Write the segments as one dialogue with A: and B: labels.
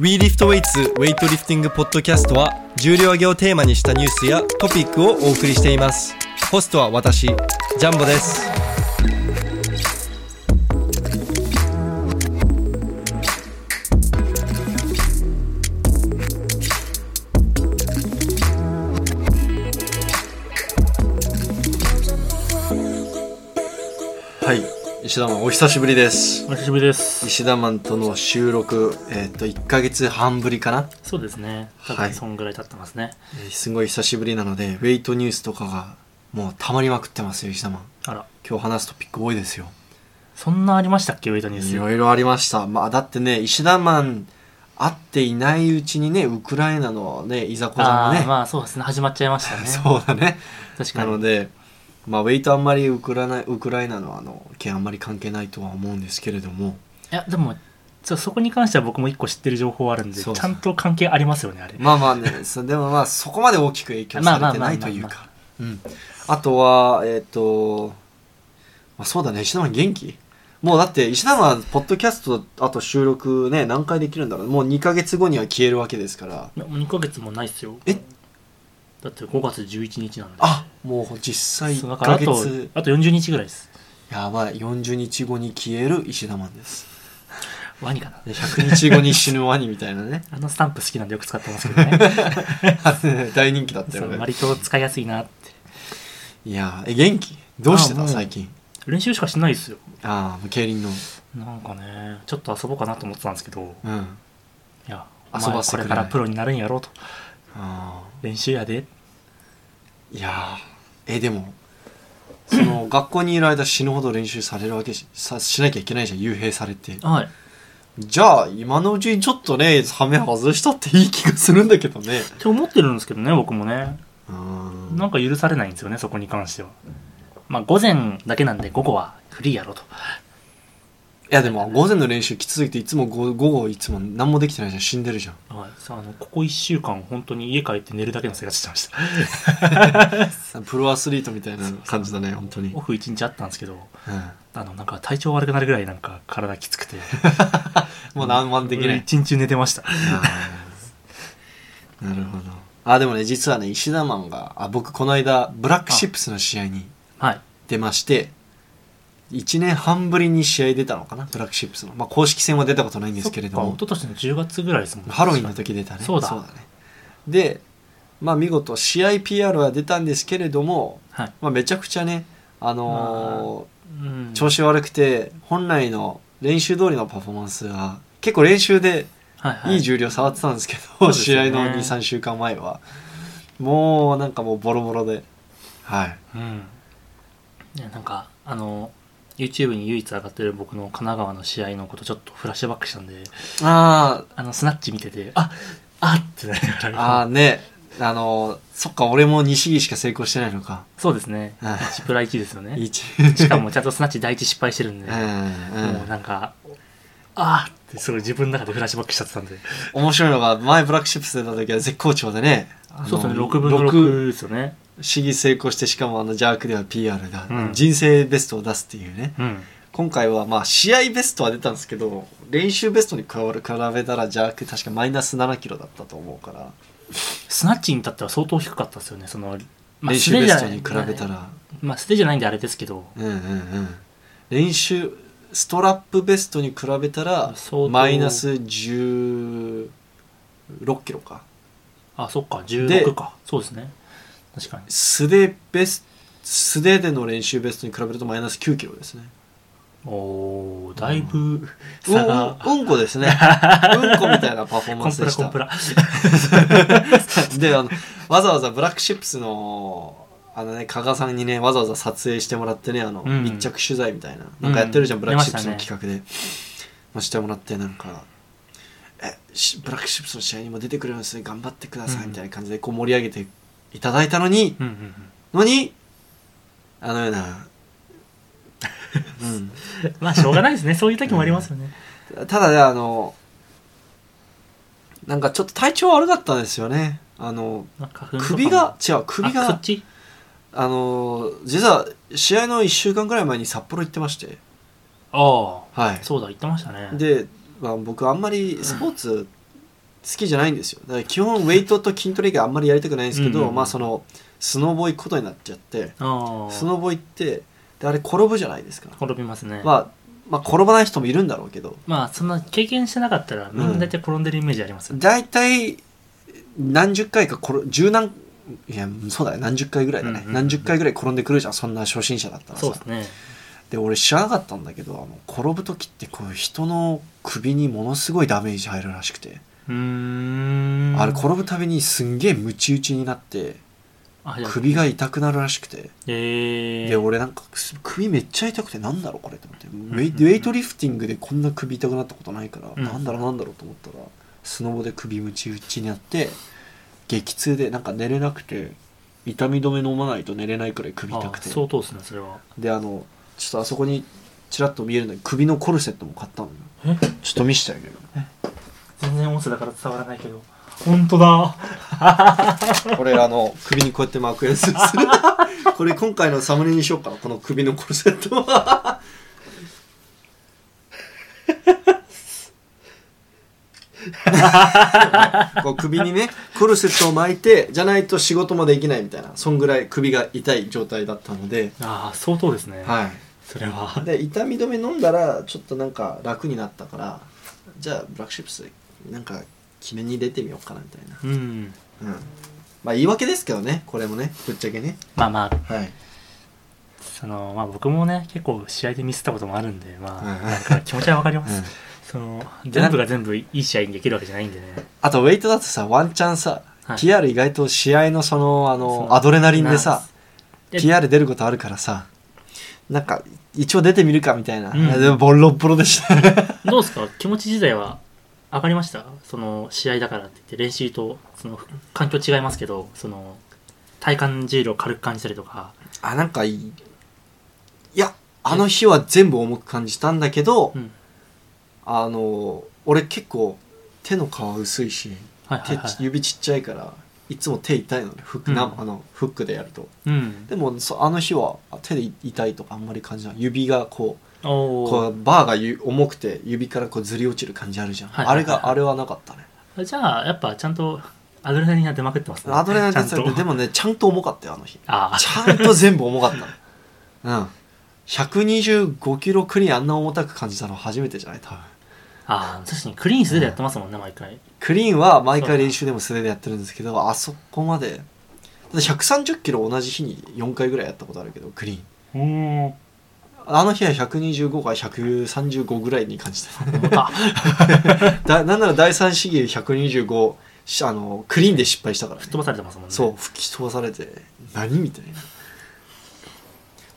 A: We Lift Weights ウェイトリフティングポッドキャストは重量挙げをテーマにしたニュースやトピックをお送りしていますホストは私ジャンボですはい石田マンお久しぶりです
B: お久しぶりです。
A: 石田マンとの収録、えっと1ヶ月半ぶりかな
B: そうですね。多
A: はい
B: 分そんぐらい経ってますね。
A: えーすごい久しぶりなのでウェイトニュースとかがもうたまりまくってますよ石田マン
B: あら、
A: 今日話すトピック多いですよ
B: そんなありましたっけウェイトニュ
A: い
B: ース。
A: ろいろありましたまあだってね石田マン会っていないうちにねウクライナのねいざこざも
B: あ
A: ね
B: あ、まあそうですね。始まっちゃいました ね。
A: そうだね
B: 確か
A: な
B: に。
A: のでまあウェイトあんまりウクライナウクライナのあの件あんまり関係ないとは思うんですけれども
B: いや、でも、ちょそこに関しては僕も一個知ってる情報あるんで、ち
A: そうそう
B: ゃんと関係ありますよね、あれ。
A: まあまあねそでもまあそこまで大きく影響されてないというかうんあとはえっ、と、まあ、そうだね石田マン元気もうだって石田マンポッドキャストあと収録ね何回できるんだろうもう2ヶ月後には消えるわけですから
B: いやもう2ヶ月もないっすよ。
A: え
B: だって5月11日なんで。
A: あもう実際
B: そう
A: 1
B: だから
A: ヶ
B: あと、
A: 月
B: あと40日ぐらいです。
A: やばい40日後に消える石田マンです
B: ワニかな
A: で。100日後に死ぬワニみたいなね
B: あのスタンプ好きなんでよく使ってますけどね。
A: 大人気だった
B: そ
A: よ
B: う
A: ね
B: 割と使いやすいなって。
A: いやーえ元気どうして
B: あ
A: た
B: もう
A: 最近
B: 練習しかしないですよ。
A: ああ競輪の
B: なんかね、ちょっと遊ぼうかなと思ってたんですけど、
A: うん
B: いや、お
A: 遊
B: 前
A: ばせて
B: こ
A: く
B: れ
A: れない
B: からプロになるんやろうと。
A: ああ
B: 練習やで。
A: いやーえでもその学校にいる間死ぬほど練習されるわけしさしなきゃいけないじゃん幽閉されて
B: はい。
A: じゃあ今のうちにちょっとねハメ外したっていい気がするんだけどね
B: って思ってるんですけどね、僕もね。
A: うーん
B: なんか許されないんですよね、そこに関しては。まあ、午前だけなんで、午後はフリーやろうと。
A: いやでも午前の練習きつすぎていつも午午後いつも何もできてないじゃん死んでるじゃん
B: はい。さあ、あの、ここ1週間、本当に家帰って寝るだけの生活してました。
A: プロアスリートみたいな感じだね本当に、う
B: オフ1日あったんですけど、
A: ん、
B: あの、なんか体調悪くなるぐらい、なんか体きつ くて。
A: もう何万できない
B: 1日寝てました。
A: なるほどあでもね実はね石田マンがあ僕この間ブラックシップスの試合に
B: はい。
A: 出まして1年半ぶりに試合出たのかなブラックシップスの、まあ、公式戦は出たことないんですけれど
B: そ
A: も
B: っか一昨年の10月ぐらいですもんね
A: ハロウィンの時出たね
B: そうだ
A: ねでまあ見事試合 PR は出たんですけれども、
B: はい。
A: まあ、めちゃくちゃねあの
B: うん
A: ー調子悪くて本来の練習通りのパフォーマンスは結構練習で
B: はいはい
A: い重量触ってたんですけど、
B: そうです
A: 試
B: よ
A: 合
B: ね
A: の23週間前はもうなんかもうボロボロではい
B: うん、いやなんかあの YouTube に唯一上がってる僕の神奈川の試合のことちょっとフラッシュバックしたんで
A: あ
B: あのスナッチ見ててああってなりなが
A: ー
B: ら
A: あーねあのそっか俺も西木しか成功してないの か
B: そうですね
A: うん
B: シプラ1ですよね
A: 一
B: しかもちゃんとスナッチ第一失敗してるん
A: う
B: で、
A: んうん
B: もうなんかあーってすごい自分の中でフラッシュバックしちゃってたんで
A: 面白いのが前ブラックシップス出た時は絶好調でねあの
B: そうですね6分の
A: 六
B: 6ですよね
A: 試技成功してしかもあのジャークでは PR が、
B: うん
A: 人生ベストを出すっていうね
B: うん
A: 今回はまあ試合ベストは出たんですけど練習ベストに比べ比べたらジャーク確かマイナス7キロだったと思うから
B: スナッチに至っては相当低かったですよねその、まあ
A: 練習ベストに比
B: 素手
A: べ
B: じゃ
A: た
B: ない
A: ら、
B: まあ素手じゃないんであれですけど
A: うんうんうん、練習ストラップベストに比べたら
B: 相当
A: マイナス16キロか
B: あそっか
A: で
B: 16かそうですね確かに
A: 素手ベス素手での練習ベストに比べるとマイナス9キロですね
B: おーだいぶ
A: うん
B: 差が、
A: うんうんこですねうんこみたいなパフォーマン
B: コン
A: ス
B: プ
A: で
B: ラ
A: し
B: コン
A: た
B: プラ
A: であのわざわざブラックシップスのあのね加賀さんにねわざわざ撮影してもらってねあの、
B: うん
A: 密着取材みたいななんかやってるじゃん、
B: うん
A: ブラックシップスの
B: やりまし
A: 企
B: た
A: 画で、まあ、してもらってなんかえしブラックシップスの試合にも出てくれるんですね頑張ってください
B: うん
A: みたいな感じでこう盛り上げていただいたのに、
B: うんうんうん
A: のにあのよう な、うん、
B: まあしょうがないですねそういう時もありますよね、
A: ただねあのなんかちょっと体調悪かったんですよねあの
B: なんか花粉とかも
A: 首が違う首
B: あそっ
A: が
B: ち
A: あの実は試合の1週間ぐらい前に札幌行ってまして
B: ああ
A: はい
B: そうだ言ってましたね
A: で、まあ、僕あんまりスポーツきじゃないんですよだから基本ウェイトと筋トレ以外あんまりやりたくないんですけど、
B: うんうんうん
A: まあそのスノボ行くことになっちゃって
B: ああ
A: スノボ行ってであれ転ぶじゃないですか、
B: 転びますね、まあ
A: まあ、まあ転ばない人もいるんだろうけど
B: そんな経験してなかったらみんな大体転んでるイメージありますよね、
A: 大体何十回か転十何いやそうだね何十回ぐらいだね、
B: うんうんうん
A: 何十回ぐらい転んでくるじゃんそんな初心者だったらさ
B: そうですね
A: で俺知らなかったんだけどあの転ぶ時ってこう人の首にものすごいダメージ入るらしくて、
B: うーん
A: あれ転ぶたびにすんげえムチ打ちになって
B: あじゃあ
A: 首が痛くなるらしくて、
B: ええ
A: で俺なんかす首めっちゃ痛くてなんだろうこれと思ってウェイ
B: うんうんうん
A: ウェイトリフティングでこんな首痛くなったことないから、
B: うん
A: なんだろうなんだろうと思ったらスノボで首ムチ打ちになって激痛でなんか寝れなくて痛み止め飲まないと寝れないくらい首痛く
B: あ
A: て
B: 相当ですねそれは
A: であのちょっとあそこにちらっと見えるんだけど首のコルセットも買ったのよ
B: え
A: ちょっと見せてあげる
B: 全然音声だから伝わらないけど本当だ
A: これあの首にこうやって巻くやつです これ今回のサムネにしようかなこの首のコルセ ットはこう首にねコルセットを巻いてじゃないと仕事もできないみたいなそんぐらい首が痛い状態だったので、
B: ああ相当ですね、
A: はい
B: それは
A: で痛み止め飲んだらちょっとなんか楽になったからじゃあブラックシップスなんか記念に出てみようかなみたいな
B: うん
A: うんまあ言い訳ですけどねこれもねぶっちゃけね
B: まあまあ
A: はい
B: そのまあ僕もね結構試合でミスったこともあるんでまあ、
A: うん
B: なんか気持ちはわかります、
A: うん
B: その全部が全部いい試合にできるわけじゃないんでね
A: あとウェイトだとさワンチャンさ、
B: はい
A: PR 意外と試合のそのあの
B: そう
A: アドレナリンでさ
B: で
A: PR 出ることあるからさなんか一応出てみるかみたいな、
B: うん
A: いやでもボロッボロで したね
B: どうですか気持ち自体は上がりましたその試合だからって言って練習とその環境違いますけどその体感重量軽く感じたりとか
A: あなんかいいいやあの日は全部重く感じたんだけど、
B: うん
A: あの俺結構手の皮薄いし
B: はいはい
A: 手
B: はい
A: 指ちっちゃいからいつも手痛いのねフック、
B: うん
A: なあのフックでやると
B: うん
A: でもそあの日は手で痛いとかあんまり感じない指がこう
B: お
A: こ
B: ー
A: うバーがゆ重くて指からこうずり落ちる感じあるじゃん、
B: はいはいはい
A: あれがあれはなかったね
B: じゃあやっぱちゃんとアドレナリンが出まくってますね
A: アドレナリン出てた
B: ちゃ
A: け
B: ん
A: ど
B: と
A: でもねちゃんと重かったよあの日
B: ああ
A: ちゃんと全部重かったのうん125キロクリーンあんな重たく感じたの初めてじゃない多分
B: ああ確かにクリーン素手でやってますもんね、毎回
A: クリーンは毎回練習でも素手でやってるんですけどあそこまでだって130キロ同じ日に4回ぐらいやったことあるけどクリーン
B: おお
A: あの日は125から135ぐらいに感じた
B: 重た
A: だなんなら第3試技125しあのクリーンで失敗したからね、
B: 吹っ飛ばされてますもんね
A: そう吹き飛ばされて何みたいな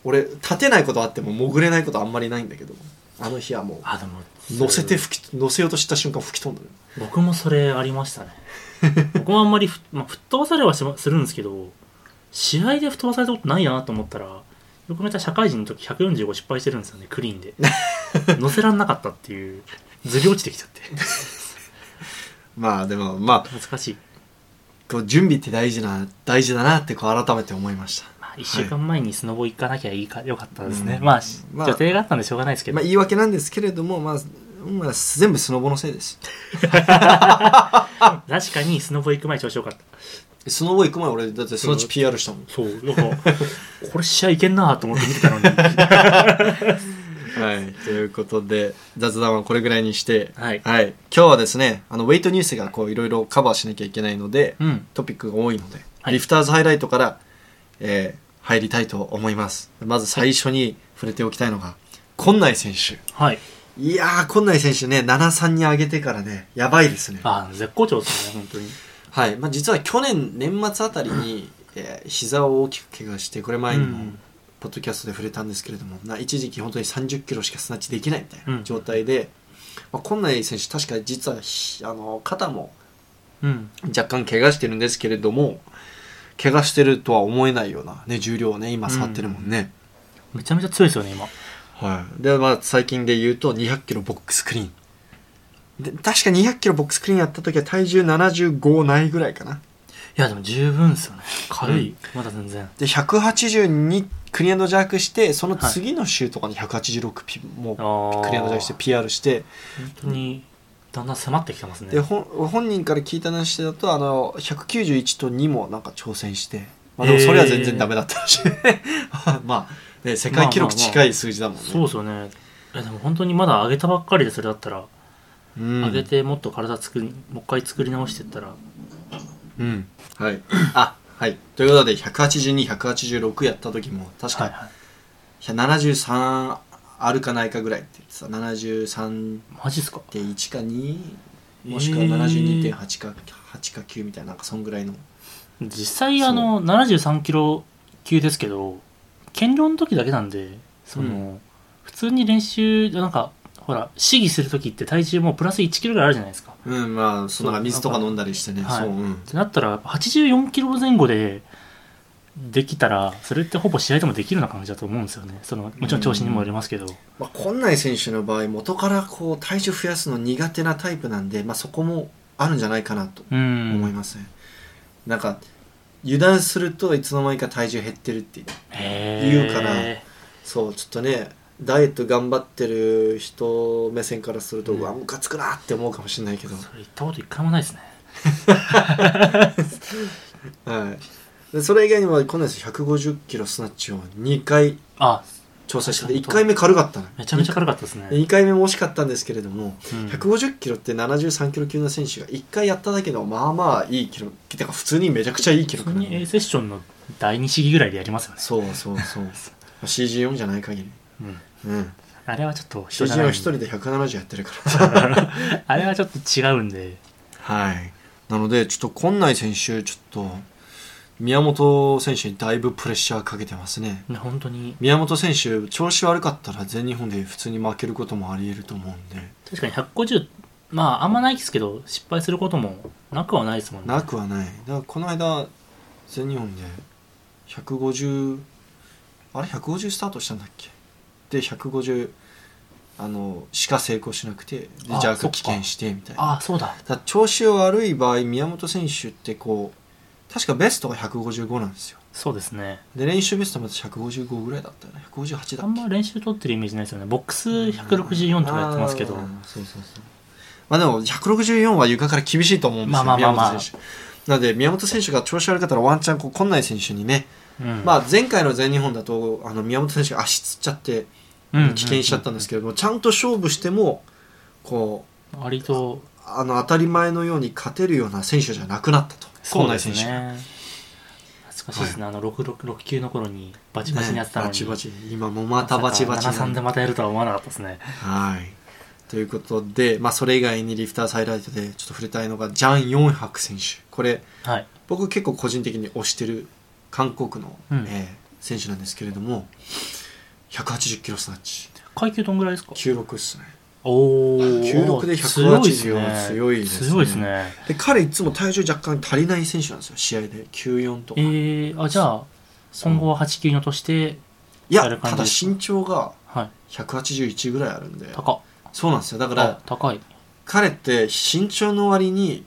A: 俺立てないことあっても潜れないことあんまりないんだけどあの日はも
B: あでも
A: う乗せて吹き乗せようとした瞬間吹き飛んだのよ
B: 僕もそれありまし たね僕もあんまりふ、まあ、吹っ飛ばされはしまするんですけど試合で吹っ飛ばされたことないなと思ったらよく見たら社会人の時145失敗してるんですよねクリ ーンで乗せらんなかったっていうずり落ちてきちゃって
A: まあでもまあ
B: 難しい、
A: こう準備って大事な大事だなってこう改めて思いました
B: まあ、1週間前にスノボ行かなきゃいいかよかったですね、
A: うん
B: まあ、し
A: まあ
B: 予定があったんでしょうがないですけど、
A: まあ言い訳なんですけれどもまあ、まあ、全部スノボのせいです
B: 確かにスノボ行く前調子よかった
A: スノボ行く前俺だってそのうち PR したもん、
B: そうなんかこれ試合いけんなと思って見てたのに
A: はい、 ということで雑談はこれぐらいにして、
B: はい
A: はい、今日はですねあのウェイトニュースがこういろいろカバーしなきゃいけないので、
B: うん
A: トピックが多いので、
B: はい
A: リフターズハイライトから、えー入りたいと思いますまず最初に触れておきたいのが今内選手
B: はい
A: いやー今内選手ね7-3に上げてからねやばいですね
B: あ絶好調ですね本当に
A: はい、まあ、実は去年年末あたりに、えー膝を大きく怪我してこれ前に
B: う
A: も
B: ん
A: ポッドキャストで触れたんですけれども、な一時期本当に3 0キロしかスナッチできないみたいうなん状態で、まあ、今内選手確か実はひあの肩も
B: うん
A: 若干怪我してるんですけれども怪我してるとは思えないような、ね、重量をね今触ってるもんね、
B: めちゃめちゃ強いですよね今
A: はい、で、まあ、最近で言うと2 0 0キロボックスクリーンで確か2 0 0キロボックスクリーンやった時は体重75ないぐらいかない
B: やでも十分ですよね軽い、まだ全然
A: で182クリアンドジャークしてその次の週とかに186ピ、もう
B: ああ
A: クリアンドジャークして PR して
B: 本当にだんだん迫ってきてますね
A: でほん本人から聞いた話だとあの191と2もなんか挑戦して、まあ、でもそれは全然ダメだったらしい、 まあ、ね、世界記録近い数字だもんね、
B: そうですよねえでも本当にまだ上げたばっかりでそれだったら、
A: うん
B: 上げてもっと体作りもう一回作り直してったら
A: うんはい あはいということで182186やった時も確
B: はい
A: か
B: はい
A: 73あるかないかぐらいって言ってた73
B: マジっすか
A: で1か2もしくは72.8か8か9みたいななんかそんぐらいの
B: 実際あの73キロ級ですけど減量の時だけなんでその、
A: う
B: 普通に練習なんかほら試技する時って体重もうプラス1キロぐらいあるじゃないですか
A: うんまあそのなんか水とか飲んだりしてね
B: はい
A: そううん
B: ってなったらやっぱ84キロ前後でできたらそれってほぼ試合でもできるような感じだと思うんですよねそのもちろん調子にもよりますけど、
A: まあ、今内選手の場合元からこう体重増やすの苦手なタイプなんで、まあ、そこもあるんじゃないかなと
B: うん、
A: 思いますね、なんか油断するといつの間にか体重減ってるっていう
B: へー
A: 言うからそうちょっとねダイエット頑張ってる人目線からすると、
B: う
A: うんわムカつくなって思うかもしれないけど、
B: それ言ったこと一回もないですね
A: はい、でそれ以外にも今内選手150キロスナッチを2回
B: あ
A: 挑戦してて
B: 本
A: 1
B: 当
A: 回目軽かったの
B: めちゃめちゃ軽かったですね、
A: 2回目も惜しかったんですけれども
B: うん
A: 150キロって73キロ級の選手が1回やっただけのまあまあいい記録てか普通にめちゃくちゃいい記
B: 普
A: 録
B: 通
A: なの
B: に A セッションの第2試技ぐらいでやりますよね
A: そうそうそう CG4 じゃない限り、
B: うん
A: うん、
B: あれはちょっと人じゃない
A: CG4 一人で170やってるから
B: あれはちょっと違うんで
A: はいなのでちょっと今内選手ちょっと宮本選手にだいぶプレッシャーかけてますね
B: ね本当に
A: 宮本選手調子悪かったら全日本で普通に負けることもありえると思うんで
B: 確かに150まああんまないですけど失敗することもなくはないですもんね
A: なくはないだからこの間全日本で150あれ150スタートしたんだっけで150あのしか成功しなくてで
B: あ
A: 弱
B: そっか
A: 棄権してみたいな
B: ああそうだ
A: だから調子悪い場合宮本選手ってこう確かベストが155なんですよ
B: そうですね
A: で練習ベストまた155ぐらいだったよね158だ
B: あ
A: っ
B: ん
A: け
B: ま練習取ってるイメージないですよねボックス164とかやってますけど
A: あーそうそうそうまあでも164は床から厳しいと思うんですよ、
B: まあまあまあま
A: 宮本
B: あ
A: 選手なので宮本選手が調子悪かったらワンチャンこう今内選手にね、
B: うん
A: まあ、前回の全日本だとあの宮本選手が足つっちゃって
B: うん
A: 棄権しちゃったんですけれども、ちゃんと勝負してもこう
B: 割と
A: あの当たり前のように勝てるような選手じゃなくなったと
B: そう
A: 今
B: で
A: 内
B: す
A: 選手が。
B: ね懐かしいですね、あの6級の頃にバチバチにやってたの
A: バ
B: に、
A: チバチ今もまたバチバチ
B: まさか7-3でまたやるとは思わなかったですね
A: はい。ということで、まあ、それ以外にリフターズハイライトでちょっと触れたいのが、ジャン・ヨンハク選手。これ、
B: はい
A: 僕結構個人的に推してる韓国の、
B: うん
A: えー選手なんですけれども、180キロスナッチ。
B: 階級どんぐらいですか
A: 96っすね。
B: おお
A: 96で180強いですね
B: 強いですね
A: で、彼いつも体重若干足りない選手なんですよ、試合で。94とか。
B: えー、あじゃあ今後は8級に落として
A: い
B: や
A: や、
B: る
A: た
B: 感じ
A: だ
B: です
A: 身長が
B: はい
A: 181ぐらいあるんで、
B: 高
A: そうなんですよ。だから
B: あ、高い
A: 彼って身長の割に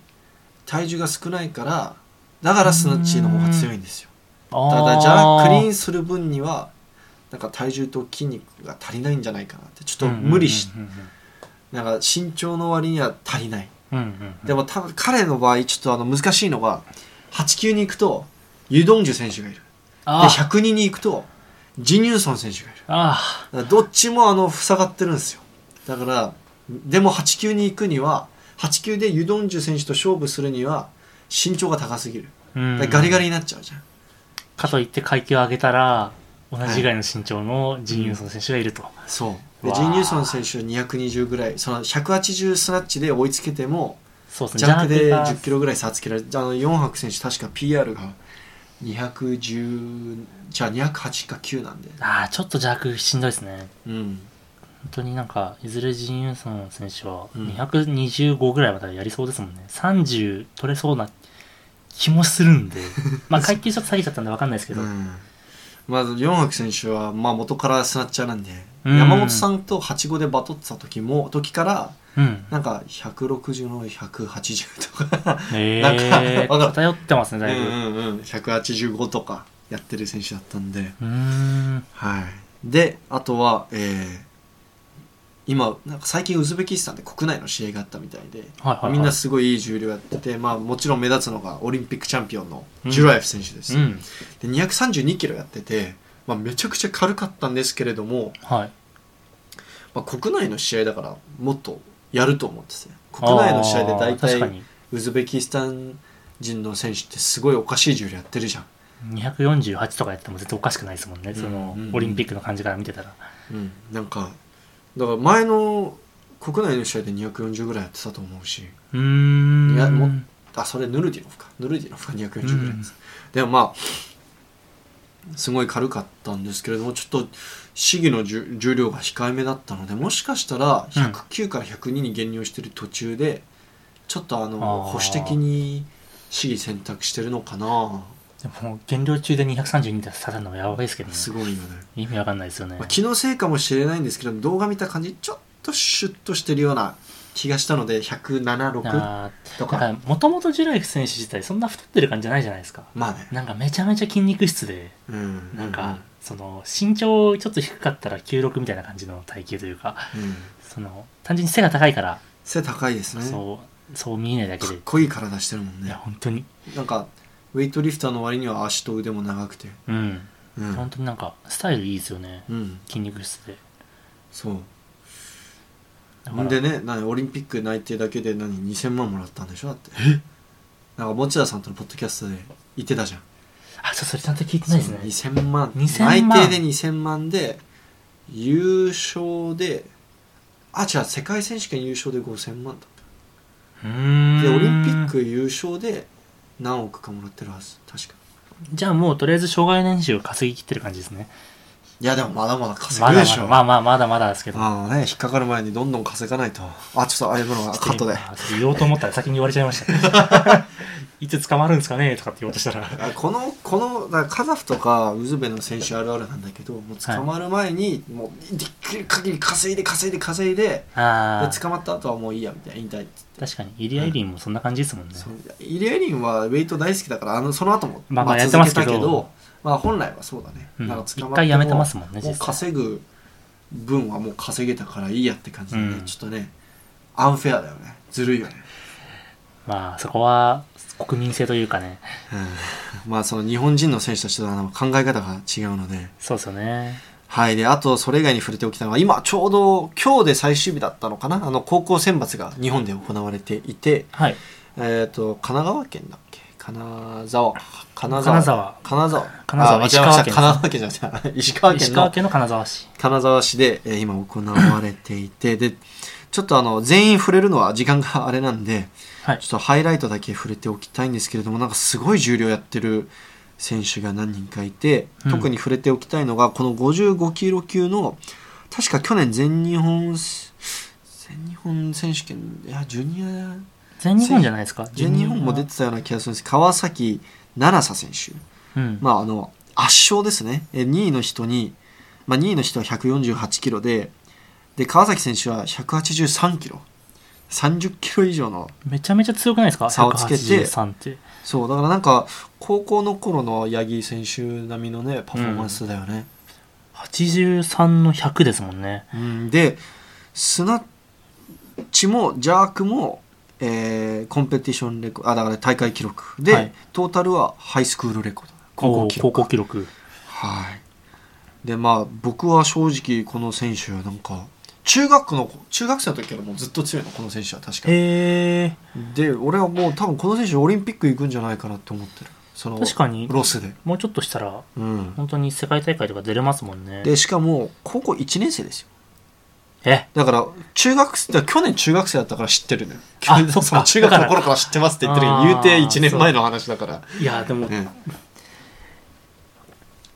A: 体重が少ないからだからスナッチの方が強いんですよ
B: あ
A: ただじゃあクリー
B: ン
A: ンする分にはなんか体重と筋肉が足りないんじゃないかなってちょっと無理し、
B: うん
A: なんか身長の割には足りない、
B: うんうんうんうん
A: でも多分彼の場合ちょっとあの難しいのが8級に行くとユドンジュ選手がいるで
B: あー
A: 102に行くとジニューソン選手がいる
B: あ
A: だからどっちもあの塞がってるんですよだからでも8級に行くには8級でユドンジュ選手と勝負するには身長が高すぎる
B: ー、
A: だ
B: う
A: からガ
B: ん、
A: リガリになっちゃうじゃん、
B: かといって階級を上げたら同じ以外の身長のジン・ユンソン選手がいると、
A: そうで
B: わあ
A: ジン・ニューソン選手は220ぐらいその180スナッチで追いつけても
B: そうですね
A: 弱で
B: ジャン
A: 10キロぐらい差つけられるあの4泊選手確か PR が210じゃあ208か9なんで
B: ああちょっと弱しんどいですね
A: うん
B: 本当になんかいずれジン・ユンソン選手は
A: うん
B: 225ぐらいまでやりそうですもんね、30取れそうな気もするん でまあ階級ちょっと下げちゃったんで分かんないですけど、
A: うんまず四白選手は、まあ、元からスナッチャーなんで、
B: うん
A: 山本さんと8五でバトってた時も時から
B: うん
A: なんか160の180とか
B: え
A: なんか
B: えー、
A: わかる
B: 偏ってますね
A: うん
B: だいぶう
A: うん、うん、185とかやってる選手だったんで、
B: ーん
A: はい、であとは、えー今なんか最近ウズベキスタンで国内の試合があったみたいで、
B: はいはいはい
A: みんなすごいいい重量やってて、まあ、もちろん目立つのがオリンピックチャンピオンのジュラエフ選手です、
B: うん
A: で232キロやってて、まあ、めちゃくちゃ軽かったんですけれども、
B: はい
A: まあ、国内の試合だからもっとやると思ってて国内の試合で大
B: あー確か
A: 体
B: に
A: ウズベキスタン人の選手ってすごいおかしい重量やってるじゃん、
B: 248とかやっても絶対おかしくないですもんね、
A: ん
B: その
A: うん
B: オリンピックの感じから見てたら、
A: うん、なんかだから前の国内の試合で240ぐらいやってたと思うし
B: うーん
A: いやもあそれヌルディノフかヌルディノフが240ぐらいです、でもまあすごい軽かったんですけれどもちょっと試技の重重量が控えめだったのでもしかしたら109から102に減量してる途中で、ちょっとあの
B: あー
A: 保守的に試技選択してるのかな
B: でも減量中で232で刺さるのはやばいですけどね
A: すごいよね、
B: 意味わかんないですよね、
A: まあ、気のせいかもしれないんですけど動画見た感じちょっとシュッとしてるような気がしたので1076
B: あ
A: と
B: ー
A: か
B: だからもともとジュラエフ選手自体そんな太ってる感じじゃないじゃないですか
A: まあね
B: なんかめちゃめちゃ筋肉質で
A: うん
B: なんか、その身長ちょっと低かったら96みたいな感じの体型というか
A: うんうん
B: その単純に背が高いから、
A: 背高いですね
B: そうそう見えないだけ
A: かっ
B: で
A: こいい体してるもん
B: い
A: ね
B: や本当に
A: なんかウェイトリフターの割には足と腕も長くて
B: うん、
A: うん、
B: 本当になんかスタイルいいですよね
A: うん、
B: 筋肉質で
A: そう
B: だ
A: ほんでね何オリンピック内定だけで何2000万もらったんでしょだってなんか持田さんとのポッドキャストで言ってたじゃん
B: あそうそれちゃんと聞いてないですね
A: 2000万
B: 2000万
A: 内定で2000万で優勝であ違う世界選手権優勝で5000万だっ
B: う
A: た
B: ーん
A: でオリンピック優勝で何億かもらってるはず確か
B: じゃあもうとりあえず障害年収を稼ぎ切ってる感じですね
A: いやでもまだまだ稼
B: ま
A: ぐ
B: だ
A: でしょ
B: まだまあまあまだまだですけど
A: ああね、引っかかる前にどんどん稼がないと。あ、ちょっとあやぶのがカットで。
B: あそれ言おうと思ったら先に言われちゃいました、 いつ捕まるんですかねとかって言おうとしたら
A: あこの、この、だからカザフとかウズベの選手あるあるなんだけど、もう捕まる前に、もうできる限り稼いで稼いで稼いで、
B: あ
A: で
B: あ
A: 捕まった後はもういいやみたいな、引退っつって。
B: 確かにイリア・イリンもそんな感じですもんね、
A: そうイレーリンはウェイト大好きだから、あのその後も、
B: まあまあやってますけど
A: 続たまあ本来はそうだね。
B: うん
A: なんか捕ま
B: 一回やめてますもんね
A: もう
B: 実際
A: 稼ぐ分はもう稼げたからいいやって感じでね、
B: うん
A: ちょっとね、アンフェアだよね。ずるいよね。
B: まあそこは国民性というかね
A: うんまあその日本人の選手たちとはあの考え方が違うので、
B: そうですよね
A: はい、であとそれ以外に触れておきたいのは今ちょうど今日で最終日だったのかなあの高校選抜が日本で行われていて、
B: はい
A: えっと神奈川県だっけ金沢金
B: 金沢
A: 金沢
B: 金沢
A: あ間違えました神
B: 石川
A: 奈川県じゃなくて石川
B: 石
A: 県
B: 川
A: の
B: 県の金沢市
A: 金沢市で、えー今行われていてでちょっとあの全員触れるのは時間があれなんで、
B: はい
A: ちょっとハイライトだけ触れておきたいんですけれどもなんかすごい重量やってる選手が何人かいて、
B: うん
A: 特に触れておきたいのがこの55キロ級の確か去年全日本す全日本選手権いやジュニア
B: 全日本じゃないですか
A: 全日本も出
B: 全
A: てたような気がするんです川崎奈々紗選手
B: 日本はうん、
A: まああの圧勝ですねえ2位の人に、まあ、2位の人は148キロでで川崎選手は183キロ30キロ以上の
B: めちゃめちゃ強くないですか
A: 差をつけて
B: 183って
A: そうだからなんか高校の頃の八木選手並みのねパフォーマンスだよね、
B: 83の100ですもんね
A: うんでスナッチもジャークも、えーコンペティションレコあだから大会記録で、
B: はい
A: トータルはハイスクールレコード高校記録
B: おー高校記録
A: はい。で、まあ、僕は正直、この選手、なんか、中学の、中学生の時からもうずっと強いの、この選手は確かに。
B: へえ
A: で、俺はもう多分この選手、オリンピック行くんじゃないかなって思ってる。その、
B: 確かに
A: ロスで。
B: もうちょっとしたら
A: うん。
B: 本当に世界大会とか出れますもんね
A: で、しかも、高校1年生ですよ。
B: え
A: だから、中学生、だから去年中学生だったから知ってるのよ。
B: あ
A: 去年
B: そっ か
A: その中学の頃から知ってますって言ってるけど、
B: だから
A: 言うて1年前の話だから。
B: いやでも、
A: ね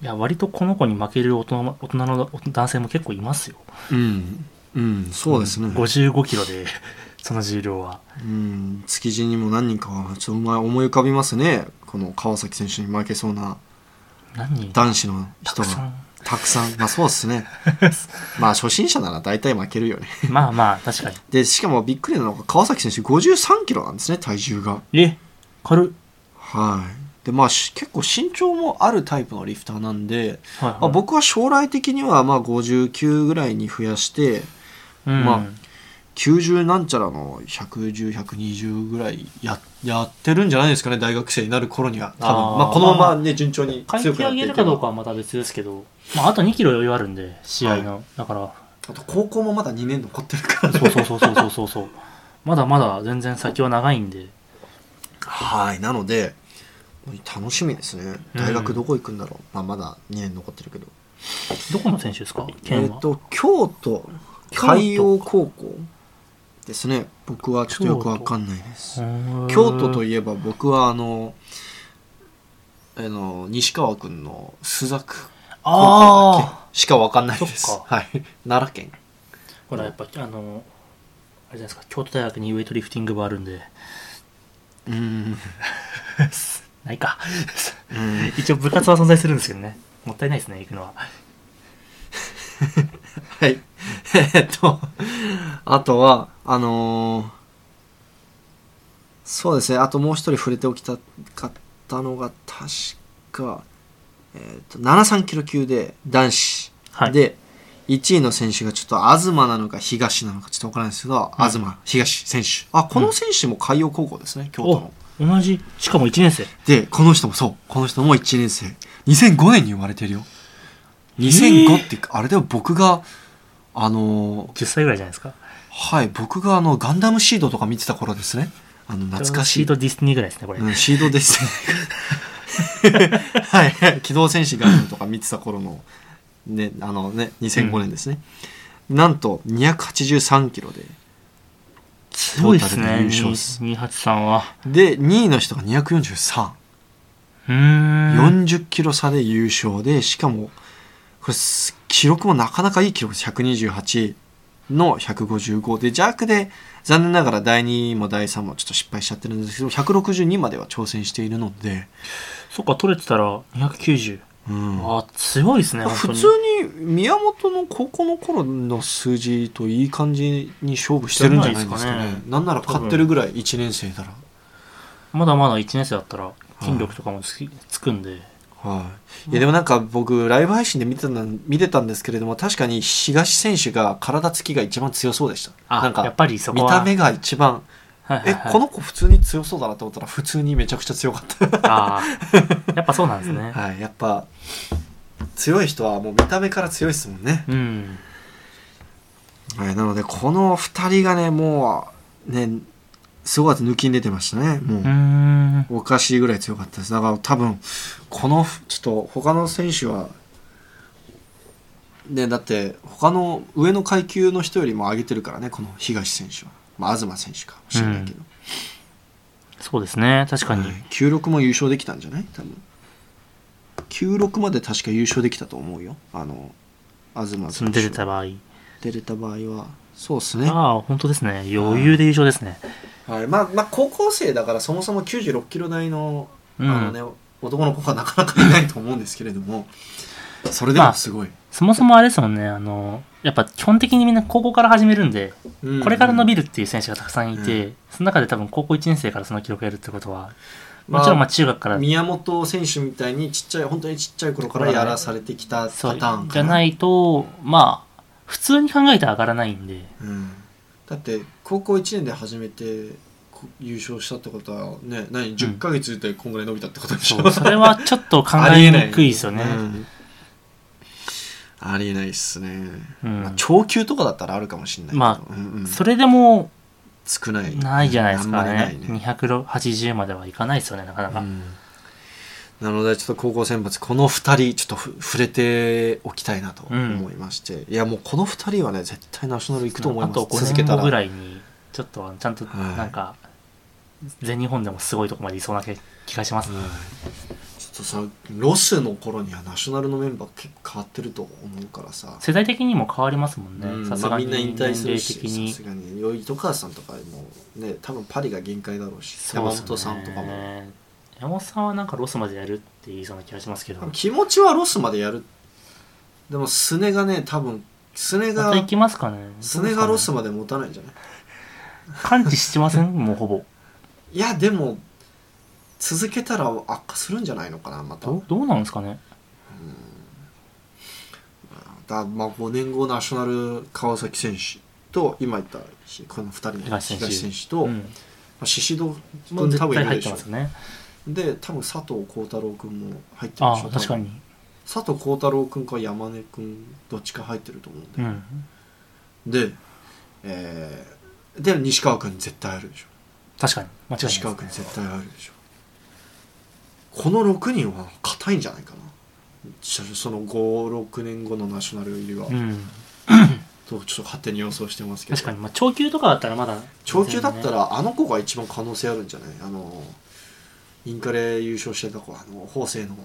B: いや割とこの子に負ける大人も大人の男性も結構いますよ
A: うん。うん、そうですね。
B: 55キロで その重量は
A: うん築地にも何人かはちょっと思い思い浮かびますねこの川崎選手に負けそうな
B: 何人
A: 男子の
B: た
A: 人
B: くさ
A: が
B: ん
A: たくさんまあそうです ねまあ初心者なら大体負けるよね
B: まあまあ確かに
A: でしかもびっくりなのが川崎選手53キロなんですね体重が
B: え軽っ
A: はいでまあし結構身長もあるタイプのリフターなんで、
B: はいはい
A: まあ、僕は将来的にはまあ59ぐらいに増やして
B: うん
A: まあ90なんちゃらの110120ぐらいややってるんじゃないですかね大学生になる頃には多分
B: あー
A: まあ、このままね順調に
B: 書い
A: 強く
B: て
A: なっ
B: あ
A: ていけ
B: げる
A: ば
B: かどうかはまた別ですけど、まあ、あと2キロ余裕あるんで、試合の。だから、
A: あと高校もまだ2年残ってるからね
B: そうそうそうそうそうそうそう。まだまだ全然先は長いんで、
A: はいなので楽しみですね
B: うん
A: 大学どこ行くんだろう、まあ、まだ2年残ってるけど
B: どこの選手ですか
A: えっ、
B: 県は。
A: と京都海洋高校ですね僕はちょっとよくわかんないです京都と
B: いう。
A: いえば僕はあのあの西川君の朱雀高校だっ
B: あ
A: けしかわかんないです
B: そっ
A: はい、 奈良県
B: あほら、やっぱ、あの、あれじゃないですか、京都大学にウェイトリフティング部あるんで、
A: うーん
B: ないか。 一応部活は存在するんですけどね。もったいないですね、行くのは。
A: はい えっとあとはあのーそうですねあともう一人触れておきたかったのが確か、えっと73キロ級で男子
B: はい。、
A: で1位の選手がちょっと東なのか東なのかちょっと分からないですけど、
B: うん
A: 東東選手あこの選手も海洋高校ですね、京都の
B: お同じ、しかも1年生。
A: でこの人もそうこの人も1年生2005年に生まれてるよ2005って、あれでも僕があのー
B: 10歳ぐらいじゃないですか。
A: はい僕があのガンダムシードとか見てた頃ですねあの懐かし
B: シ
A: い
B: ートディスティニーぐらいですね、これ。
A: うん、シードです。 はいはい。機動戦士ガンダムとか見てた頃の、ね、あのね、2005年ですね。なんと、283キロで。
B: すごいです
A: トータルで
B: ね、
A: 優勝です
B: 28さんは。
A: で、2位の人が243。
B: うーん。
A: 40キロ差で優勝で、しかも、これ、す記録もなかなかいい記録です。128の155で、弱で、残念ながら第2も第3もちょっと失敗しちゃってるんですけど、162までは挑戦しているので、
B: そっか、取れてたら290。
A: うん。
B: あ、強いですね、
A: 普
B: 本
A: 通
B: 当に。
A: に宮本の高校の頃の数字といい感じに勝負してるんじゃないですか
B: じゃないで
A: ね
B: すかね
A: なんなら勝ってるぐらい1年生なら、
B: まだまだ1年生だったら、筋力とかもつきつくんで。
A: はい、いやでもなんか僕ライブ配信で見てたん見てたんですけれども確かに東選手が体つきが一番強そうでした
B: あ、
A: なん
B: や
A: か
B: っぱりそこ
A: 見
B: は。
A: た目が一番
B: はいはい
A: え
B: はい
A: この子普通に強そうだなと思ったら普通にめちゃくちゃ強かった
B: あーや っぱそうなんですね。
A: はいやっぱ強い人はもう見た目から強いですもんね
B: うん。
A: はい、なのでこの2人がねもうねすごい抜きに出てましたねもう、
B: うーん。
A: おかしいぐらい強かったですだから多分このちょっと他の選手はねだって他の上の階級の人よりも上げてるからねこの東選手は、まあ、東選手かもしれないけど、
B: そうですね、確かに。
A: はい96も優勝できたんじゃない多分96まで確か優勝できたと思うよあの東
B: そ
A: 選
B: の
A: 手
B: 出てた場合。
A: 出れた場合はそうですね
B: ああ、本当ですね。余裕で優勝ですね。
A: はいまあまあ、高校生だからそもそも96キロ台の,、
B: うん
A: あのね、男の子がなかなかいないと思うんですけれどもそれでもすごい、
B: そもそもあれですもんね、あの、やっぱ基本的にみんな高校から始めるんで、これから伸び
A: る、
B: るっていう選手がたくさんいて、
A: う
B: その中で多分高校1年生からその記録やるってことは、
A: まあ
B: もちろんまあ中学から、
A: 宮本選手みたいにちっちゃい本当にちっちゃい頃からやらされてきたパタ
B: そう
A: ーン、
B: じゃないいと、まあ、普通に考えて上がらないんで、
A: うん、だって高校1年で初めてこ優勝したってことはね何10ヶ月でこんぐらい伸びたってことでしょ、
B: そうそれはちょっと考 えにくいですよね。
A: うんありえないっすね、
B: うん
A: まあ、長級とかだったらあるかもしれないけど
B: まあ
A: うんうん
B: それでも
A: 少ない
B: ないじゃないですか
A: あんまりない
B: ね。280まではいかないですよね、なかな
A: う
B: か。
A: んなのでちょっと高校選抜この2人ちょっとふ触れておきたいなと思いまして、いやもうこの2人はね絶対ナショナル行くと思い
B: あ
A: ます
B: と5
A: 続け
B: 年
A: た
B: 後ぐ
A: ら
B: らいに、ちょっとあのちゃんと
A: はい
B: なんか、全日本でもすごいとこまでいそうな気がします。
A: ちょっとさロスの頃にはナショナルのメンバー結構変わってると思うからさ、
B: 世代的にも変わりますもん
A: うん
B: ね、さす
A: まあ
B: が
A: みん
B: に
A: な
B: 年
A: 引退
B: 齢
A: するし
B: 的に
A: さす。がに余井と川さんとかもね多分パリが限界だろうし
B: そう
A: 山
B: ですね
A: 本さんとかも
B: 山本さんはなんかロスまでやるって言いそうな気がしますけどま
A: 気持ちはロスまでやるでもスネがね多分スネが
B: た行きますかね
A: スネがロス
B: どう
A: まで持たないんじゃない
B: ですかね完治してませんもうほぼ
A: いやでも続けたら悪化するんじゃないのかなまた
B: どうどうなんですかね
A: だまあ5年後ナショナル川崎選手と今言ったひこの2人の
B: 東選手
A: 東選手と、
B: う
A: ま
B: ん、
A: あ、宍戸
B: もう
A: 君多
B: 絶
A: 分
B: 対
A: いる
B: 入
A: で
B: って
A: しょ
B: ますよね
A: で多分佐藤幸太郎君も入ってるで
B: あ
A: しょ
B: あ確かに
A: 佐藤幸太郎君か山根君どっちか入ってると思うんで、
B: うん
A: で、えーで西川君絶対あるでしょ
B: 確かに間違いない
A: 西川君絶対あるでしょこの6人は硬いんじゃないかなちょその56年後のナショナル入りは、
B: うん
A: とちょっと勝手に予想してますけど
B: 確かに、まあ、長球とかだったらまだ
A: 長球だった
B: ら
A: らあの子が一番可能性あるんじゃないあのインカレ優勝してた子あの法政の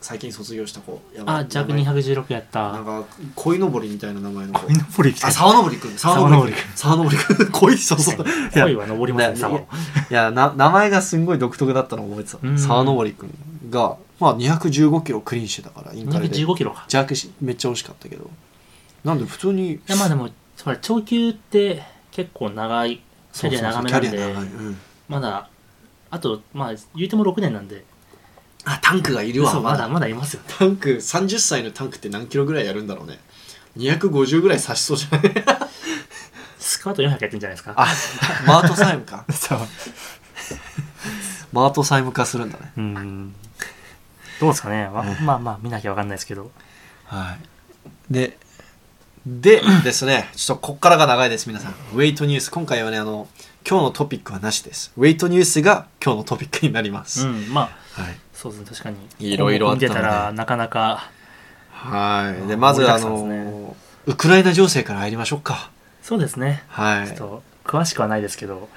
A: 最近卒業した子やばい
B: あ弱
A: 名前
B: 216やっ
A: な
B: た
A: んか鯉のぼりみたいな名前の子
B: みんなポリ来た
A: あ沢登り君沢登り君沢登り君 鯉そうそういや
B: 恋は登りますね
A: ね
B: 沢を
A: いやな名前がすんごい独特だったのを覚えてた、
B: うん
A: 沢登君が、まあ、215キロクリーンしてたからインカレで
B: 215キロか
A: 弱しめっちゃ惜しかったけどなんで普通に
B: いやまあでもほら長球って結構長いキャリア長めなんで
A: キャリア長いうん
B: まだあとまあ言うても6年なんで
A: あタンクがいるわ
B: そう
A: ま
B: ま
A: だ
B: だまだいますよね
A: タンク30歳のタンクって何キロぐらいやるんだろうね250ぐらい刺しそうじゃない
B: スクワット400やってんじゃないですか
A: あ マートサイムか
B: そう
A: マートサイム化するんだね
B: うんどうですかね、ま
A: ね
B: まあまあ見なきゃ分かんないですけど
A: はいででですねちょっとこっからが長いです皆さんウェイトニュース今回はねあの今日のトピックはなしですウェイトニュースが今日のトピックになります、
B: うんまあ
A: はい
B: そうですね確かに
A: いろいろあったので
B: 出たらなかなか
A: はいで
B: うん
A: まず
B: 盛り
A: あ
B: だくさんです
A: の、
B: ね
A: ウクライナ情勢から入りましょうか
B: そうですね
A: は
B: ちょっ
A: い、
B: と詳しくはないですけど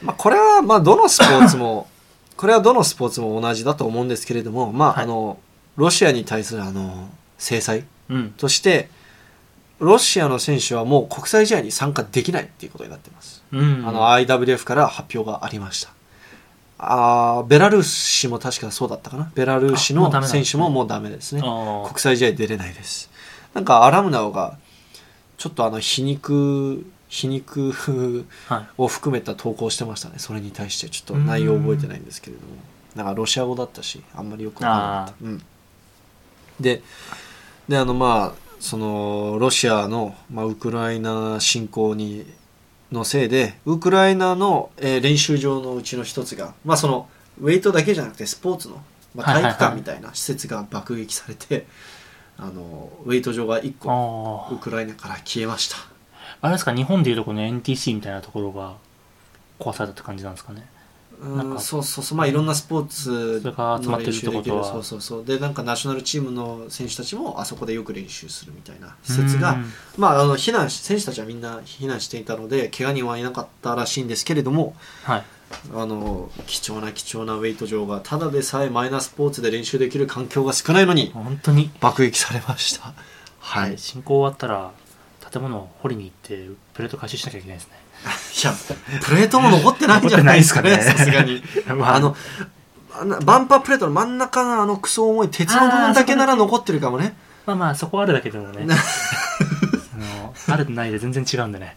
A: まあ、これはまあどのスポーツも これはどのスポーツも同じだと思うんですけれどもまあ、
B: はい
A: あのロシアに対するあの制裁
B: うん
A: としてロシアの選手はもう国際試合に参加できないっていうことになってます
B: うん
A: あの IWF から発表がありました。あーベラルーシも確かそうだったかな。ベラルーシ
B: あもうダメ
A: の
B: なんです
A: 選
B: ね
A: 手ももうダメですね。
B: あ
A: 国際試合出れないです。なんかアラムナオが、ちょっとあの皮肉、皮肉
B: あはい
A: を含めた投稿してましたね。それに対してちょっと内容覚えてないんですけれども。なんかロシア語だったし、あんまりよくわからなかった。うん、で、で、あのまあ、そのロシアの、まあ、ウクライナ侵攻にのせいでウクライナの、えー練習場のうちの一つが、まあ、そのウェイトだけじゃなくてスポーツの、まあ、体
B: はいはいはい
A: 育館みたいな施設が爆撃されて、あのウェイト場が1個
B: あ
A: ウクライナから消えました
B: ああれですか日本でいうとこの NTC みたいなところが壊されたって感じなんですかね
A: うん
B: なんか
A: そうそうそうまあいろんなスポーツ
B: それが集まってるってことは
A: の練習できるそうそうそうでなんかナショナルチームの選手たちもあそこでよく練習するみたいな施設が、
B: うん
A: まああの避難し選手たちはみんな避難していたので怪我人はいなかったらしいんですけれども、
B: はい
A: あの貴重な貴重なウェイト場がただでさえマイナースポーツで練習できる環境が少ないのに
B: 本当に
A: 爆撃されましたはいい
B: 進行終わったら建物を掘りに行ってプレート回収しなきゃいけないですね
A: やプレートも残ってないんじゃないですかね
B: 残って
A: さ
B: ないですす
A: が
B: か
A: に
B: ま
A: あのあのバンパープレートの真ん中のあのクソ重い鉄の部分だけなら残ってるかもね
B: まあまあそこあるだけでも ね
A: な
B: あのあるとないで全然違うんでね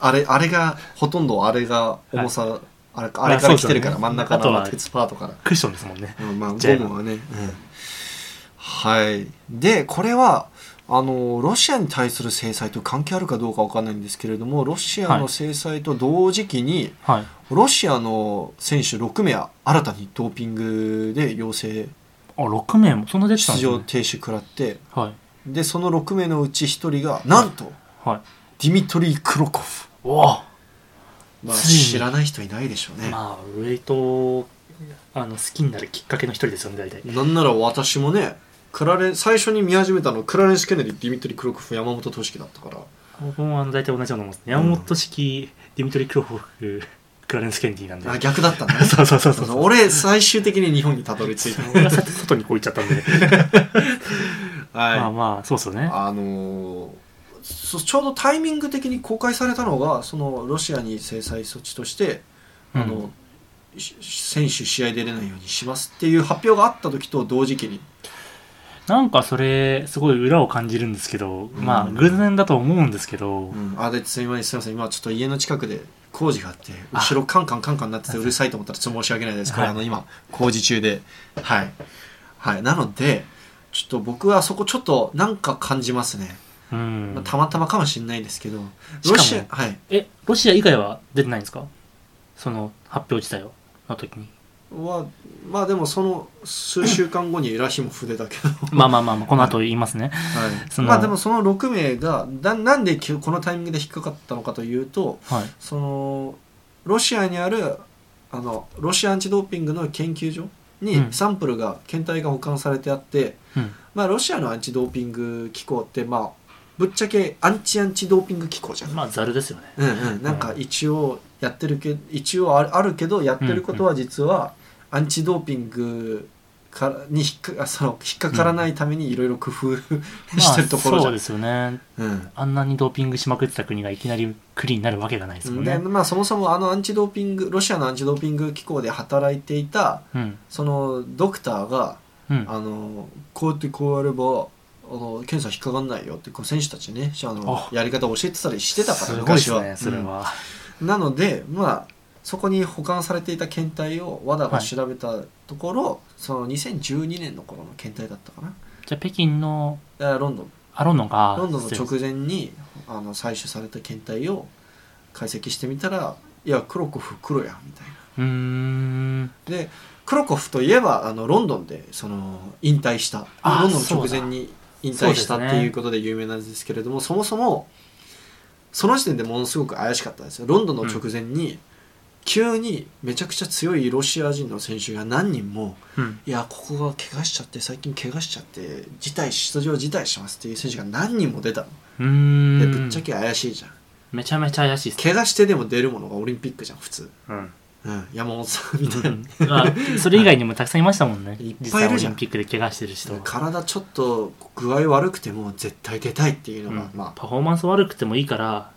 A: あれあれがほとんどあれが重さ、あれかあれか
B: ま
A: ら
B: あ
A: 来
B: そうですよ
A: て
B: ね
A: るから、真ん中のあ
B: あと
A: の
B: は
A: 鉄パートから
B: クッションですもんね
A: うんまあ、
B: じゃあ
A: ゴムはね、はいでこれはあのロシアに対する制裁と関係あるかどうかわかんないんですけれどもロシア
B: は
A: の
B: い
A: 制裁と同時期に、
B: はい
A: ロシアの選手6名新たにドーピングで陽性
B: あ6名もそんな出てたん
A: 出
B: です
A: 場
B: ね
A: 停止食らって
B: はい
A: でその6名のうち1人がなんと
B: はい
A: ディミトリー・クロコフ、
B: おお
A: まあ、
B: ついに
A: 知らない人いないでしょうね、
B: まあウェイトをあの好きになるきっかけの一人ですよね大体
A: なんなら私もねクラレン最初に見始めたのクラレンス・ケネディディミトリー・クロコフ山本俊樹だったから
B: 僕もあの大体同じようなもんですね山本式、ディミトリ・クロホフクラレンス・ケンディなんで
A: あ逆だったね
B: そうそうそ
A: そ
B: うそうう
A: そう俺最終的に日本にたどり着 いた
B: 俺がさ外にこう行っちゃったんで
A: はい、
B: まあまあそうっすよね
A: あのーそちょうどタイミング的に公開されたのがそのロシアに制裁措置として、あ
B: う
A: のし選手試合出れないようにしますっていう発表があった時と同時期に
B: なんかそれすごい裏を感じるんですけど、
A: ん
B: まあ偶然だと思うんですけど、
A: あですみませんすみません今ちょっと家の近くで工事があって後ろカンカンカンカンなっててうるさいと思ったらちょっと申し訳ないですこれ、
B: はい
A: あの今工事中ではいはいなのでちょっと僕はそこちょっとなんか感じますね
B: うん
A: まあたまたまかもしれないですけど
B: しかも
A: ロシアはい
B: えロシア以外は出てないんですかその発表自体はの時に
A: はまあでもその数週間後にエラヒモフ出たけど、
B: まあまあまあまあこの後言います
A: は
B: ね、
A: い、
B: その
A: まあでもその6名がななんでこのタイミングで引っかかったのかというと
B: はい、
A: そのロシアにあるあのロシアアンチドーピングの研究所
B: う
A: に
B: ん
A: サンプルが検体が保管されてあって、
B: うん
A: まあ、ロシアのアンチドーピング機構って、まあ、ぶっちゃけアンチアンチドーピング機構じゃん、
B: まあざるですよね
A: うんうん、なんか一応やってるけ一応あるあるけどやってることは実はアンチドーピングからに引っかあその引っかからないためにいろいろ工夫 してるところ
B: まあ
A: じゃ、
B: そうんですよね
A: うん
B: あんなにドーピングしまくってた国がいきなりクリーンになるわけがないですもん
A: で
B: ね
A: まあ、そもそもあのアンチドーピングロシアのアンチドーピング機構で働いていた
B: うん
A: そのドクターが
B: うん
A: あのこうやってこうやればあの検査引っかかんないよってこう選手たちねしあの
B: あ
A: やり方を教えてたりしてたから
B: すごいで
A: 昔
B: す
A: は、
B: ねそれは、
A: うんなのでまあそこに保管されていた検体を WADA が調べたところ、その2012年の頃の検体だったかな
B: じゃあ北京の
A: あロンドン
B: アロンドンが
A: ロンドンの直前にあの採取された検体を解析してみたらいやクロコフ黒やみたいな
B: うーん
A: でクロコフといえばあのロンドンでその引退した
B: あ
A: ロンドンの
B: そう
A: 直
B: だ
A: 前に引退した
B: そうですね
A: っていうことで有名なんですけれどもそ,、もそもその時点でものすごく怪しかったんですよロンドンの直前に、急にめちゃくちゃ強いロシア人の選手が何人も
B: うん
A: いやここが怪我しちゃって最近怪我しちゃって辞退出場辞退しますっていう選手が何人も出たの
B: うーん
A: でぶっちゃけ怪しいじゃん
B: めちゃめちゃ怪しいですね
A: 怪我してでも出るものがオリンピックじゃん普通、
B: うん
A: うん、山本さんみたいな
B: あそれ以外にもたくさんいましたもんね
A: いっ
B: 実
A: ぱいい
B: 際オ
A: る
B: リ
A: じゃん
B: ンピックで怪我してる人は
A: 体ちょっと具合悪くても絶対出たいっていうのが、
B: うん
A: ま
B: パフォーマンス悪くてもいいから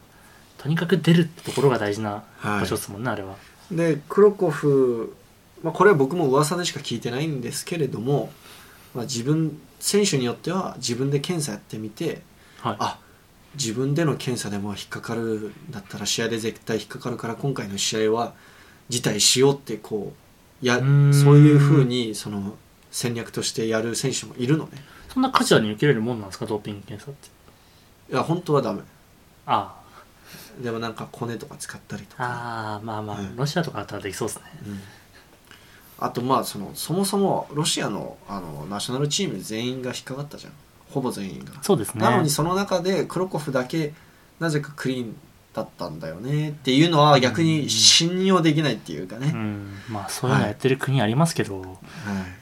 B: とにかく出るってところが大事な
A: あ、は
B: 場所ですもんね、あれは、
A: い、でクロコフ、まあ、これは僕も噂でしか聞いてないんですけれども、まあ、自分選手によっては自分で検査やってみて
B: はい、
A: あ自分での検査でも引っかかるんだったら試合で絶対引っかかるから今回の試合は辞退しようってこうや
B: うーん
A: そういうふうにその戦略としてやる選手もいるのね
B: そんなカジュアルに受けれるもんなんですかドーピング検査って
A: いや本当はダメ
B: ああ
A: でもなんかコネとか使ったりとか
B: ああまあまあ、
A: うん
B: ロシアとかだったらできそうですね
A: うんあとまあそのそもそもロシアのあのナショナルチーム全員が引っかかったじゃんほぼ全員が、
B: そうですね
A: なのにその中でクロコフだけなぜかクリーンだったんだよねっていうのは逆に信用できないっていうかね、
B: うんまあそういうのやってる国ありますけど、
A: はい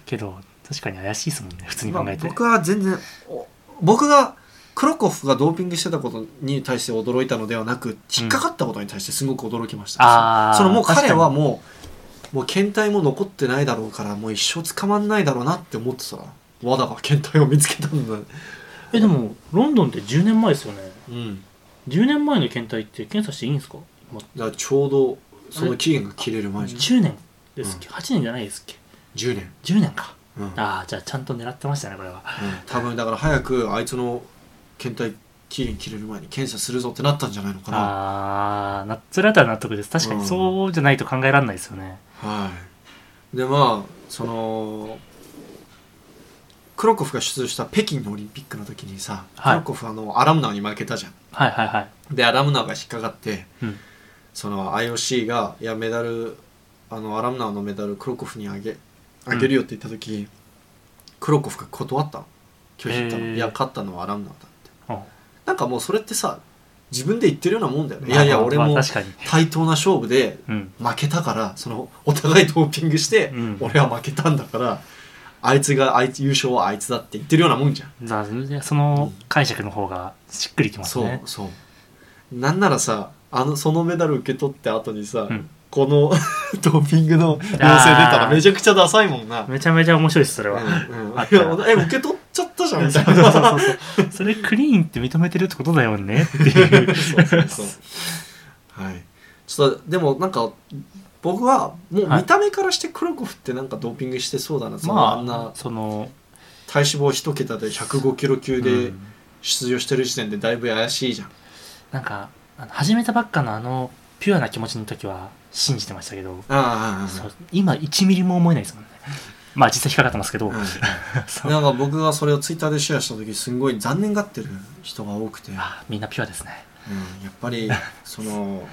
B: けど確かに怪しいですもんね普通に
A: ま
B: 考
A: あ
B: えて、
A: 僕は全然お僕がクロコフがドーピングしてたことに対して驚いたのではなく引っかかったことに対してすごく驚きました、
B: あー
A: そのもう
B: 確かに
A: 彼はもうもう検体も残ってないだろうからもう一生捕まんないだろうなって思ってたらわだが検体を見つけたんだ、
B: えでもロンドンって10年前ですよね
A: うん、だ
B: 10年前の検体って検査していいんですか、まあ
A: からちょうどその期限が切れる前じ
B: 10年ですっけ、8年じゃないですっけ
A: ゃん10年、
B: 10年か
A: うんうん
B: ああじゃあちゃんと狙ってましたねこれは
A: 多分だから早くあいつの検体期限切れる前に検査するぞってなったんじゃないのかな
B: ああなそれだったら納得です確か
A: う
B: に
A: ん
B: そうじゃないと考えられないですよね、
A: はい、でまあそのクロコフが出場した北京のオリンピックの時にさ、
B: はい
A: クロコフあのアラムナーに負けたじゃん
B: はいはいはい
A: でアラムナーが引っかかって
B: うん
A: その IOC が「いやメダルあのアラムナーのメダルクロコフにあげあげるよ」って言った時、クロコフが断ったの拒否ったの、
B: へー
A: いや勝ったのはアラムナーだって
B: うん
A: なんかもうそれってさ自分で言ってるようなもんだよね、
B: まあ
A: いやいや
B: まあ
A: 俺も
B: まあ確かに
A: 対等な勝負で
B: うん
A: 負けたからそのお互いドーピングして、
B: うん
A: 俺は負けたんだからあいつがあいつ優勝はあいつだって言ってるようなもんじゃん、
B: じゃあその解釈の方がしっくりきます
A: そう
B: ね
A: そうなんならさあのそのメダル受け取った後にさ、
B: うん
A: この ドーピングの要請出たらめちゃくちゃダサいもんな、
B: めちゃめちゃ面白いですそれは、
A: うんうん
B: あった
A: いやえ受け取っちゃったじゃんみた
B: そ
A: い
B: う そう
A: な
B: そうそうそれクリーンって認めてるってことだよねっていう
A: そうそうそうはいちょっとでもなんか僕はもう見た目からしてクロコフってなんかドーピングしてそうだな、そのあん
B: ま
A: な
B: あその
A: 体脂肪一桁で105キロ級で、
B: うん
A: 出場してる時点でだいぶ怪しいじゃん
B: なんかあの始めたばっかのあのピュアな気持ちの時は信じてましたけど、
A: あ
B: そう今1ミリも思えないですもんねまあ実際引っかかってますけど、
A: うん
B: そう
A: なんか僕がそれをツイッターでシェアした時すんごい残念がってる人が多くて、うん、や
B: あみんなピュアですね
A: っぱりその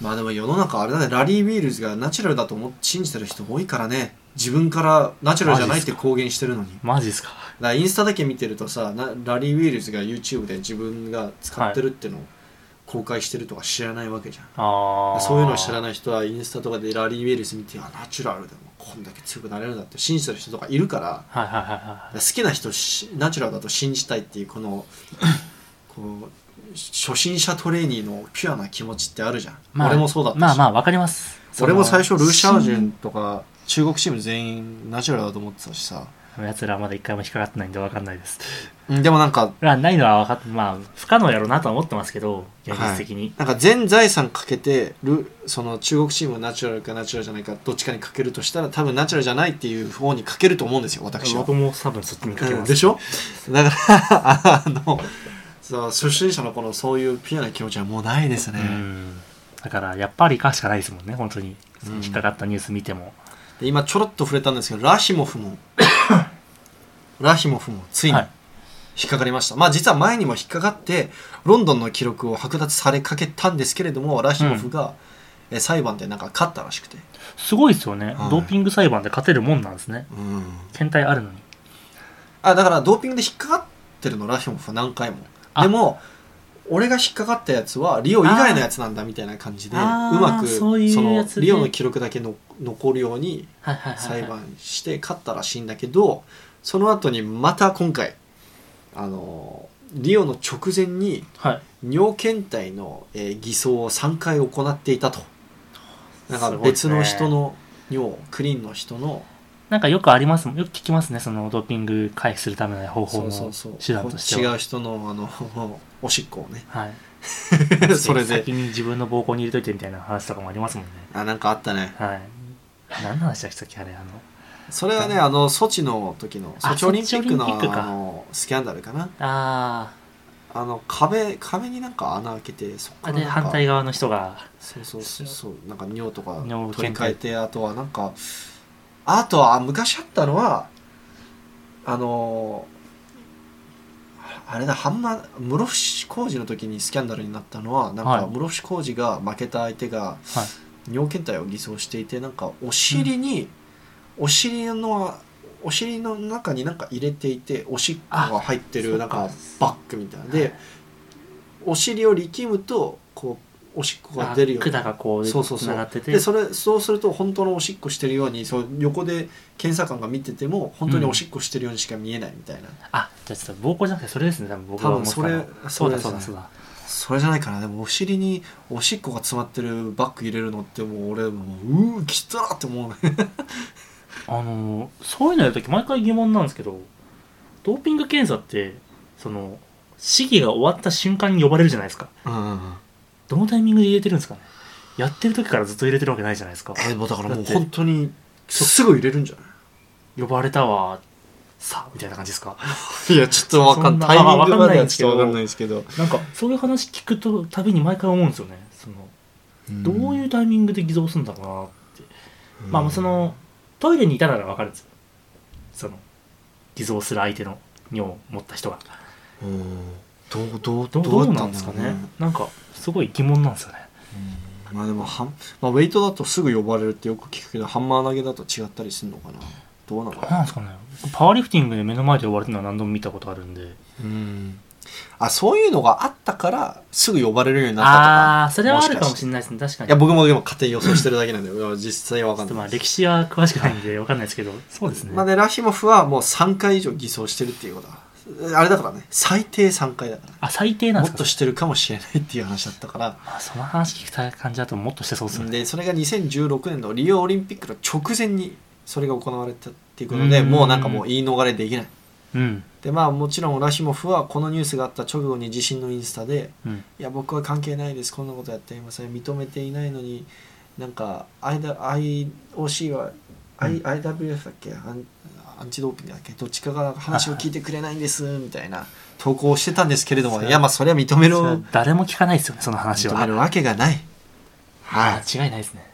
A: まあでも世の中あれだねラリー・ウィールズがナチュラルだと思信じてる人多いからね自分からナチュラルじゃないって公言してるのに
B: マジですか
A: だからインスタだけ見てるとさなラリー・ウィールズが YouTube で自分が使ってるってのを公開してるとか知らないわけじゃん、
B: ああ
A: そういうのを知ら
B: い
A: ない人はインスタとかでラリー・ウィールズ見てあナチュラルでもこんだけ強くなれるんだって信じてる人とかいるから
B: はいはいはいはい
A: 好きな人しナチュラルだと信じたいっていうこのこう初心者トレーニーのピュアな気持ちってあるじゃん、
B: まあ
A: 俺もそうだったし、
B: まあまあわかります
A: 俺も最初ルーシャージュン
B: ン
A: とか中国チーム全員ナチュラルだと思ってたしさ
B: やつらまだ一回も引っかかってないんでわかんないです
A: うんでもなんか
B: まあないのは分かってまあ不可能やろうなとは思ってますけど現実的に、
A: なんか全財産かけてるその中国チームをナチュラルかナチュラルじゃないかどっちかにかけるとしたら多分ナチュラルじゃないっていう方にかけると思うんですよ私は
B: 僕。も多分そっちにかけます、
A: でしょだからあのそう初心者のこのそういうピュアな気持ちはもうないです
B: う
A: ね。
B: んだからやっぱりかしかないですもんね本当にその引っかかったニュース見ても、
A: で今ちょろっと触れたんですけどラヒモフも ラヒモフもついに
B: はい
A: 引っかかりました、まあ実は前にも引っかかってロンドンの記録を剥奪されかけたんですけれどもラヒモフが、え裁判でなんか勝ったらしくて、
B: すごいですよね、
A: はい
B: ドーピング裁判で勝てるもんなんですね
A: うん
B: 検体あるのに
A: あだからドーピングで引っかかってるのラヒモフは何回も
B: あ
A: でも俺が引っかかったやつはリオ以外のやつなんだみたいな感じでう
B: あー
A: まく
B: そういう
A: その
B: やつで
A: リオの記録だけの残るように
B: はいはい
A: 裁判して勝ったらしいんだけどその後にまた今回あのリオの直前に
B: はい
A: 尿検体の、えー偽装を3回行っていたとなんか
B: すごいで
A: 別
B: すね
A: の人の尿、クリーンの人の
B: なんかよくありますもんよく聞きますねそのドーピング回避するための方法
A: そう
B: の
A: そうそう
B: 手段としては
A: 違う人の あのおしっこを ね
B: はい、
A: それで
B: 先に自分の膀胱に入れといてみたいな話とかもありますもんね
A: あなんかあったね
B: はい何の話だっけさっきあれあの
A: それはねあのソチの時の
B: あ
A: ソチオリンピックの
B: ソチオリンピックか
A: あのスキャンダルかな
B: あ
A: あの壁壁になんか穴開けてそこ
B: ー
A: か
B: あ
A: ら
B: で
A: なんか
B: 反対側の人が
A: そうそうそうそうなんか尿とか
B: 尿
A: 取り替えてあとはなんかあとは昔あったのはあのああれだハンマ室伏浩二の時にスキャンダルになったのはなん
B: は
A: か
B: い
A: 室伏浩二が負けた相手が
B: は
A: 尿検体を偽装していてなんかお尻に、お尻のお尻の中になんか入れていておしっこが入って
B: あそ
A: る
B: う
A: なん
B: か
A: かバッグみたいなで、
B: はい
A: お尻を力むとこうおしっこが
B: あ
A: 出るように
B: 管がこう
A: そうそうそう
B: 繋がってて
A: でそれそうすると本当のおしっこしてるようにそう横で検査官が見てても本当におしっこしてるようにしか見えないみたいな、
B: あじゃあちょっと膀胱じゃなくてそれですね多分僕
A: 多
B: が
A: 分
B: 思ってた
A: そ
B: の
A: れ
B: そうだ
A: です
B: そう
A: ね
B: だそうだ
A: それじゃないかなでもお尻におしっこが詰まってるバッグ入れるのってもう俺もううーきたって思うね
B: あのーそういうのやるとき毎回疑問なんですけどドーピング検査ってその試技が終わった瞬間に呼ばれるじゃないですか
A: うんうんうん
B: どのタイミングで入れてるんですかねやってる時からずっと入れてるわけないじゃないですか
A: えもうだからも
B: だ
A: う
B: って
A: 本当にすぐ入れるんじゃな
B: 呼ばれたわさあみたいな感じですか
A: いいやちょっとわかん
B: そんな
A: タイミングまで
B: わかんないん
A: は
B: です
A: ち
B: け
A: ょ
B: ど
A: っとわかんないですけど
B: なんかそういう話聞くとたびに毎回思うんですよねそのどういううタイミングで偽造するんだろうなってまあもうそのトイレにいたならわかるんですよその偽造する相手の尿を持った人が
A: うんどうどう
B: どうど
A: だ
B: う
A: った
B: なんですか
A: だろう
B: ねなんかすごい疑問なんですよね
A: うんまあでもハン、まあ、ウェイトだとすぐ呼ばれるってよく聞くけどハンマー投げだと違ったりするのかなどうなの
B: なんですかねパワーリフティングで目の前で呼ばれてるのは何度も見たことあるんで
A: うんあそういうのがあったからすぐ呼ばれるようになったとか
B: ああそれはあるかもし
A: れ
B: れないですね確か
A: い
B: に
A: や僕もでも勝手に予想してるだけなんだよいや 実際は分かんな
B: まあ
A: い
B: 歴史は詳しくないんで分かんないですけどそうですね、
A: まあね、ラヒモフはもう3回以上偽装してるっていうことだあれだからね最低3回だから
B: あ最低なん
A: も
B: で
A: っ
B: すか
A: としてるかもしれないっていう話だったから
B: まあ、その話聞いた感じだともっとしてそうですよね
A: でそれが2016年のリオオリンピックの直前にそれが行われたっていうことで
B: うん
A: もうなんかもう言い逃れできない
B: うん
A: でまあもちろんラシモフはこのニュースがあった直後に自身のインスタで
B: うん
A: 「いや僕は関係ないですこんなことやっていません認めていないのになんか IOC は、I
B: うん
A: IWF だっけアンアンチドーピングだっけどっちかが話を聞いてくれないんです」みたいな投稿をしてたんですけれども
B: そう
A: いやまあそれは認め
B: それは
A: ろ
B: 誰も聞かないですよねその話
A: 認め
B: は
A: るわけがないはい
B: あー違いないですね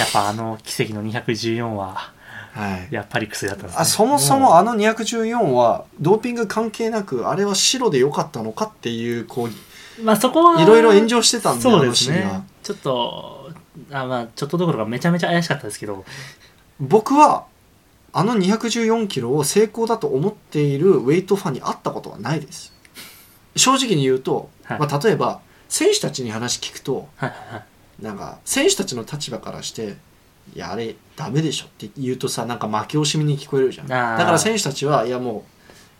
B: やっぱあの奇跡の214は
A: はい、
B: やっぱり薬だったんです、ね、
A: あそもそもあの214はドーピング関係なくあれは白でよかったのかっていうこう
B: うまあそこはい
A: ろいろ炎上してたんで
B: そうで
A: あのシ
B: す
A: ーン
B: ね
A: は
B: ちょっとあまあちょっとどころかめちゃめちゃ怪しかったですけど
A: 僕はあの214キロを成功だと思っているウェイトファンに会ったことはないです正直に言うと、
B: はい
A: まあ、例えば選手たちに話聞くと
B: はいはいはい
A: なんか選手たちの立場からしていやあれダメでしょって言うとさなんか負け惜しみに聞こえるじゃん
B: あー
A: だから選手たちはいやもう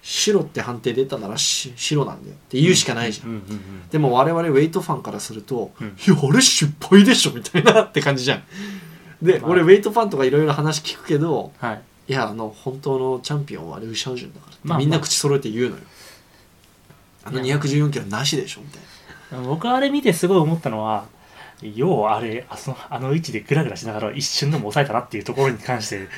A: 白って判定出たならし白なんだよって言うしかないじゃん、
B: うんうんうん
A: でも我々ウェイトファンからすると、
B: うん
A: いやあれ失敗でしょみたいなって感じじゃんで、
B: まあ
A: 俺ウェイトファンとかいろいろ話聞くけど
B: はい
A: いやあの本当のチャンピオンはルーシャウジュンだからって、
B: まあまあ
A: みんな口揃えて言うのよあの214キロなしでしょみたいな
B: 僕あれ見てすごい思ったのはようあれあそのあの位置でグラグラしながら一瞬でも抑えたなっていうところに関して、
A: うん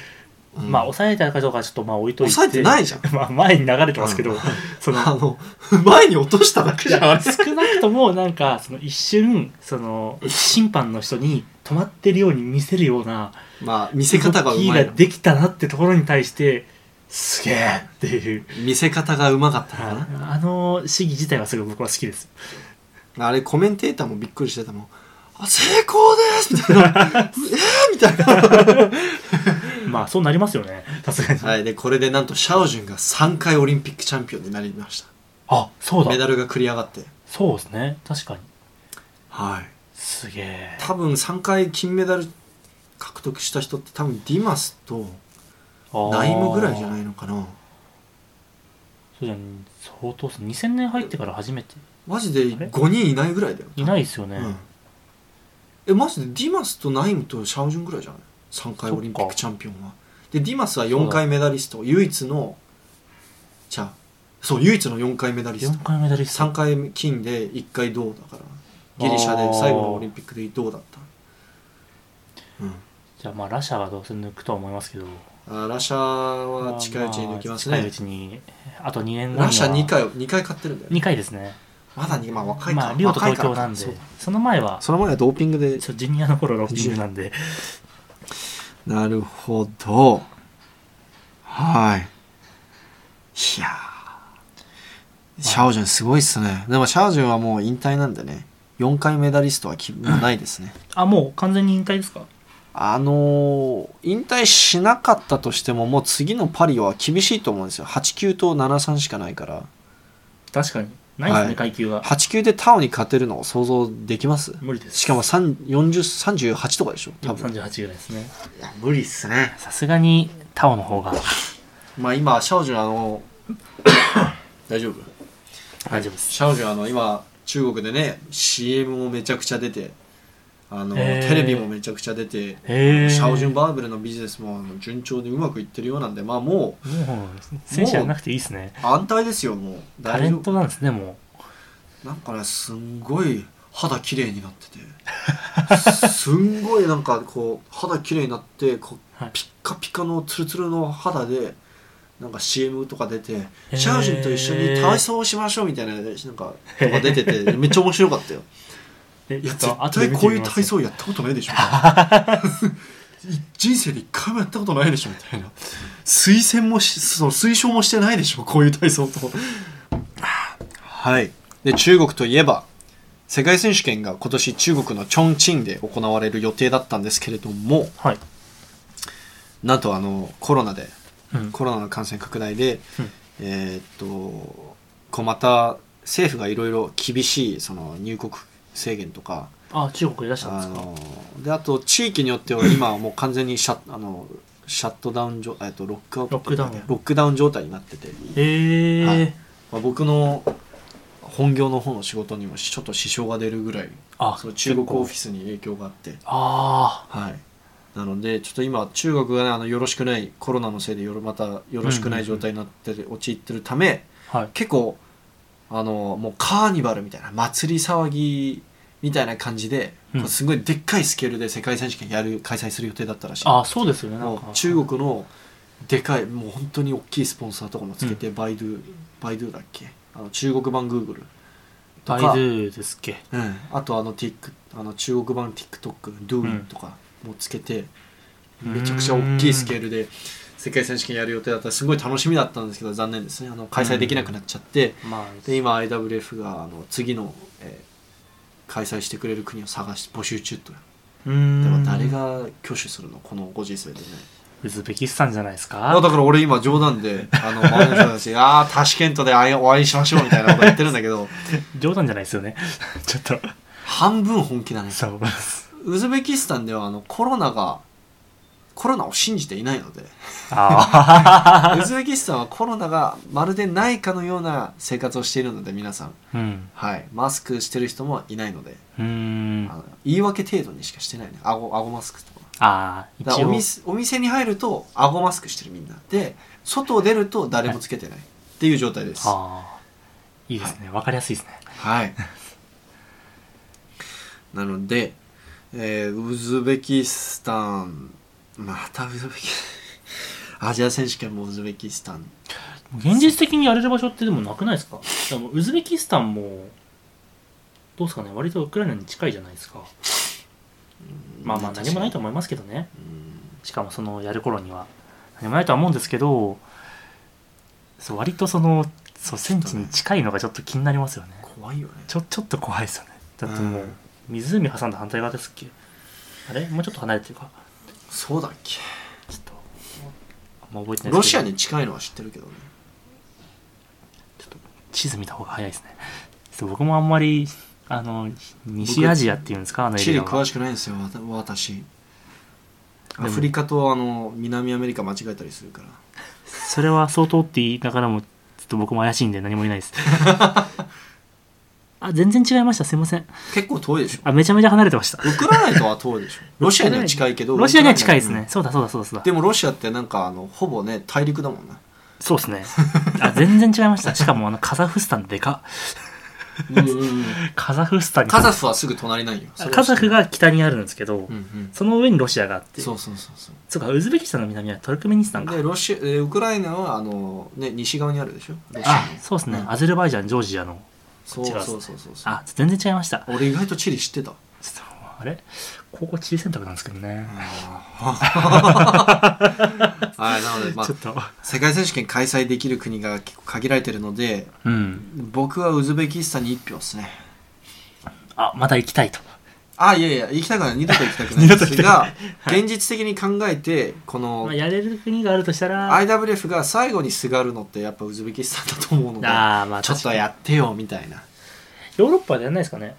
B: まあ抑えたかどうかはちょっとまあ置いといて
A: 抑えてないじゃん
B: まあ前に流れてますけど、
A: うん
B: その
A: あの前に落としただけじゃんあれ
B: 少なくともなんかその一瞬その審判の人に止まってるように見せるような
A: まあ見せ方がうま
B: 動
A: い
B: き
A: の
B: ができたなってところに対してすげえっていう
A: 見せ方がうまかったのかな
B: あの試技自体はすごい僕は好きです
A: あれコメンテーターもびっくりしてたもんあ成功ですみたい なえーみたいな
B: まあそうなりますよねさすがに、
A: はいでこれでなんとシャオジュンが3回オリンピックチャンピオンになりまし
B: あそう
A: たメ
B: だ
A: ダルが繰り上がって
B: そうですね確かに
A: はい
B: すげえ
A: 多分3回金メダル獲得した人って多分ディマスとナイムぐらいじゃないいのかな
B: そうじゃん相当っす2000年入ってから初めて
A: マジで
B: あれ
A: 5人いないぐらいだよ
B: いないですよね、
A: うん、えマジでディマスとナイムとシャオジュンぐらいじゃない3回オリンピックチャンピオンはでディマスは4回メダリスト唯一のじゃあそう唯一の4回メダリス
B: 4
A: ト
B: 回メダリスト
A: 3回金で1回銅だからギリシャで最後のオリンピックで銅だったうん
B: じゃあまあラシャがどうせ抜くとは思いますけど
A: あラシャは近いうちに抜きますね、
B: 近いうちにあと2年後には
A: ラシャ2回二回勝ってるんだよね
B: 二回ですね
A: まだにまあ若いから
B: まあリオと
A: 若い
B: 東
A: から
B: 京なんでそ
A: そう
B: の前は
A: その前はドーピングで
B: そうジュニアの頃ロッピングなんで
A: なるほど。はい。いやーシャオジュンすごいっすね。でもシャオジュンはもう引退なんでね。4回メダリストはきもうないですね。
B: あもう完全に引退ですか
A: あのー引退しなかったとしても、もう次のパリは厳しいと思うんですよ。8級と7、3しかないから。
B: 確かにないですね、
A: はい
B: 階級は
A: 8級でタオに勝てるのを想像できます
B: 無理です
A: しかも3 40 38とかでしょ多分。
B: 38ぐらいですね
A: 無理っすね。
B: さすがにタオの方が
A: まあ今、シャオジュンあの、 大丈夫
B: 大丈夫です
A: シャオジュンあの今中国でね CM もめちゃくちゃ出てあの
B: へー
A: テレビもめちゃくちゃ出て
B: へえ
A: シャオジュン・バーベルのビジネスもあの順調にうまくいってるようなんでまあもう
B: もう選手じゃなくていいですね
A: 安泰ですよもう
B: タレントなんですねも
A: なんかねすんごい肌綺麗にな っててすんごいなんかこう肌綺麗になってこう
B: はい
A: ピッカピカのツルツルの肌でなんか CM とか出て
B: ー
A: シャオジュンと一緒に体操をしましょうみたいななんかとか出ててめっちゃ面白かったよ
B: うい
A: いや絶対こういう体操やったことないでしょ人生で一回もやったことないでしょみたいな推薦もしその推奨もしてないでしょこういう体操とはいで中国といえば世界選手権が今年中国のチョンチンで行われる予定だったんですけれども
B: はい、
A: なんとあのコロナで
B: うん、
A: コロナの感染拡大で、
B: うん
A: えーっとこうまた政府がいろいろ厳しいその入国制限とか
B: あ中国いらっしゃったんで
A: あ
B: すか
A: のであと地域によっては今はもう完全にシャ ッあのシャットダウン状えっとロックアウト
B: ロックダウン
A: ロックダウン状態になってて、
B: へえ、
A: はいまあ、僕の本業の方の仕事にもちょっと支障が出るぐらい
B: あ
A: その中国オフィ
B: ス
A: スに影響があって
B: あ
A: はいなのでちょっと今中国が、ね、あのよろしくないコロナのせいでよろまたよろしくない状態になってる、陥ってるため
B: あはい
A: 結構あのもうカーニバルみたいな祭り騒ぎみたいな感じで、
B: うん
A: こうすごいでっかいスケールで世界選手権やる開催する予定だったらしい
B: あそうですよねなん
A: も
B: か
A: う中国のでかいもう本当に大きいスポンサーとかもつけて、バイドゥバイドゥだっけあの中国版グーグルと
B: バイ
A: か、
B: ドゥですっけ
A: うん、あとあのティックあの中国版 TikTok ドゥーンとかもつけて、めちゃくちゃ大きいスケールで世界選手権やる予定だったらすごい楽しみだったんですけど残念ですねあの開催できなくなっちゃって、
B: ま
A: で今 IWF があの次の、えー開催してくれる国を探して募集中と
B: あ、うん
A: でも誰が挙手するのこのご時世でね
B: ウズベキスタンじゃないです
A: あだ
B: か。
A: から俺今冗談であ の周りの人たちに「ああタシケントで会いお会いしましょう」みたいなこと言ってるんだけ ど
B: 冗談じゃないですよね。 ちょっと、
A: 半分本気だね
B: そう。
A: ウズベキスタンではあのコロナがコロナを信じていない ので
B: あ
A: ウズベキスタンはコロナがまるでないかのような生活をしているので皆さん、
B: あ。うん。
A: はい、マスクしてる人もいないので、
B: うーん。
A: あ
B: あ
A: の言い訳程度にしかしてないね顎顎マスクとか
B: あー、
A: だか
B: 一
A: らお
B: 応。
A: 店お店に入ると顎マスクしてるみんなで外を出ると誰もつけてないっていう状態です、
B: ああ。いいですね。わかりやすいですね。
A: はい。 なので、えーウズベキスタン、またウズベキ、 アジア選手権もウズベキスタン。
B: 現実的にやれる場所ってでもなくないですかでもウズベキスタンも、どうですかね割とウクライナに近いじゃないですか。まあまあ何もないと思いますけどね。
A: うん
B: しかもそのやる頃には何もないとは思うんですけどそう割とそのそう戦地に近いのがちょっと気になりますよね
A: 怖いよね。
B: ちょちょっと怖いですよねだってもう
A: うん
B: 湖挟んだ反対側ですっけあれもうちょっと離れてるか
A: そうだっけ
B: ちょっとあんま覚えてない
A: ロシア
B: に
A: に近いのは知ってるけどね。
B: 地図見た方が早いですねちょっと僕もあんまりあの西アジアっていうんですかあのエ
A: チ
B: リ
A: リ
B: ア
A: 詳
B: は
A: しくないんですよ、わた私。
B: も
A: アフリカとあの南アメリカ間違えたりするから。
B: それは相当って言いながらもちょっと僕も怪しいんで何も言えないです あ全然違いましたすいません
A: 結構遠いでしょ。
B: あめちゃめちゃ離れてました
A: ウクライナとは遠いでし ょ。ロシアには近いけど。
B: ロシアには近いで
A: ウ
B: す
A: クライナ
B: ね。そうだそうだそうだそうだ
A: で。もロシアってなんかあのほぼね大陸だもんな
B: そうですね。あ、全然違い ました。しかも、あの、カザフスタンでかっ。カザフスタンに。
A: カザフはすぐ隣なんよそれは
B: カザフが北にあるんですけど、
A: うんうん
B: その上にロシアがあって。
A: そうそうそうそう
B: そうか、ウズベキスタンの南はトルクメニスタンか
A: で。ロシアえーウクライナはあの、ね、西側にあるでしょロシア
B: あ
A: の、
B: そうですね、
A: ん
B: アゼルバイジャン、ジョージアの。
A: そう
B: 違う
A: そう
B: っす
A: そう
B: ね
A: そうそう
B: あ、全然違いました。
A: 俺意外とチリ知ってた
B: ちょっと、あれ高校地理選択なんですけどね。
A: はいなので、まあ
B: ちょ、っと。
A: 世界選手権開催できる国が結構限られてるので
B: うん。
A: 僕はウズベキスタンに1票ですね
B: あ、また行きたいと。
A: あいやいや行きたくない二度と行きたくない
B: 二
A: で
B: 度と行き
A: す
B: たく
A: が
B: な、
A: 現実的に考えてこの、
B: まあ、やれる国があるとしたら、あ
A: IWF が最後にすがるのってやっぱウズベキスタンだと思うので
B: あー、まあ、
A: ちょっとやってよみたいな
B: ヨーロッパでやんないですかね。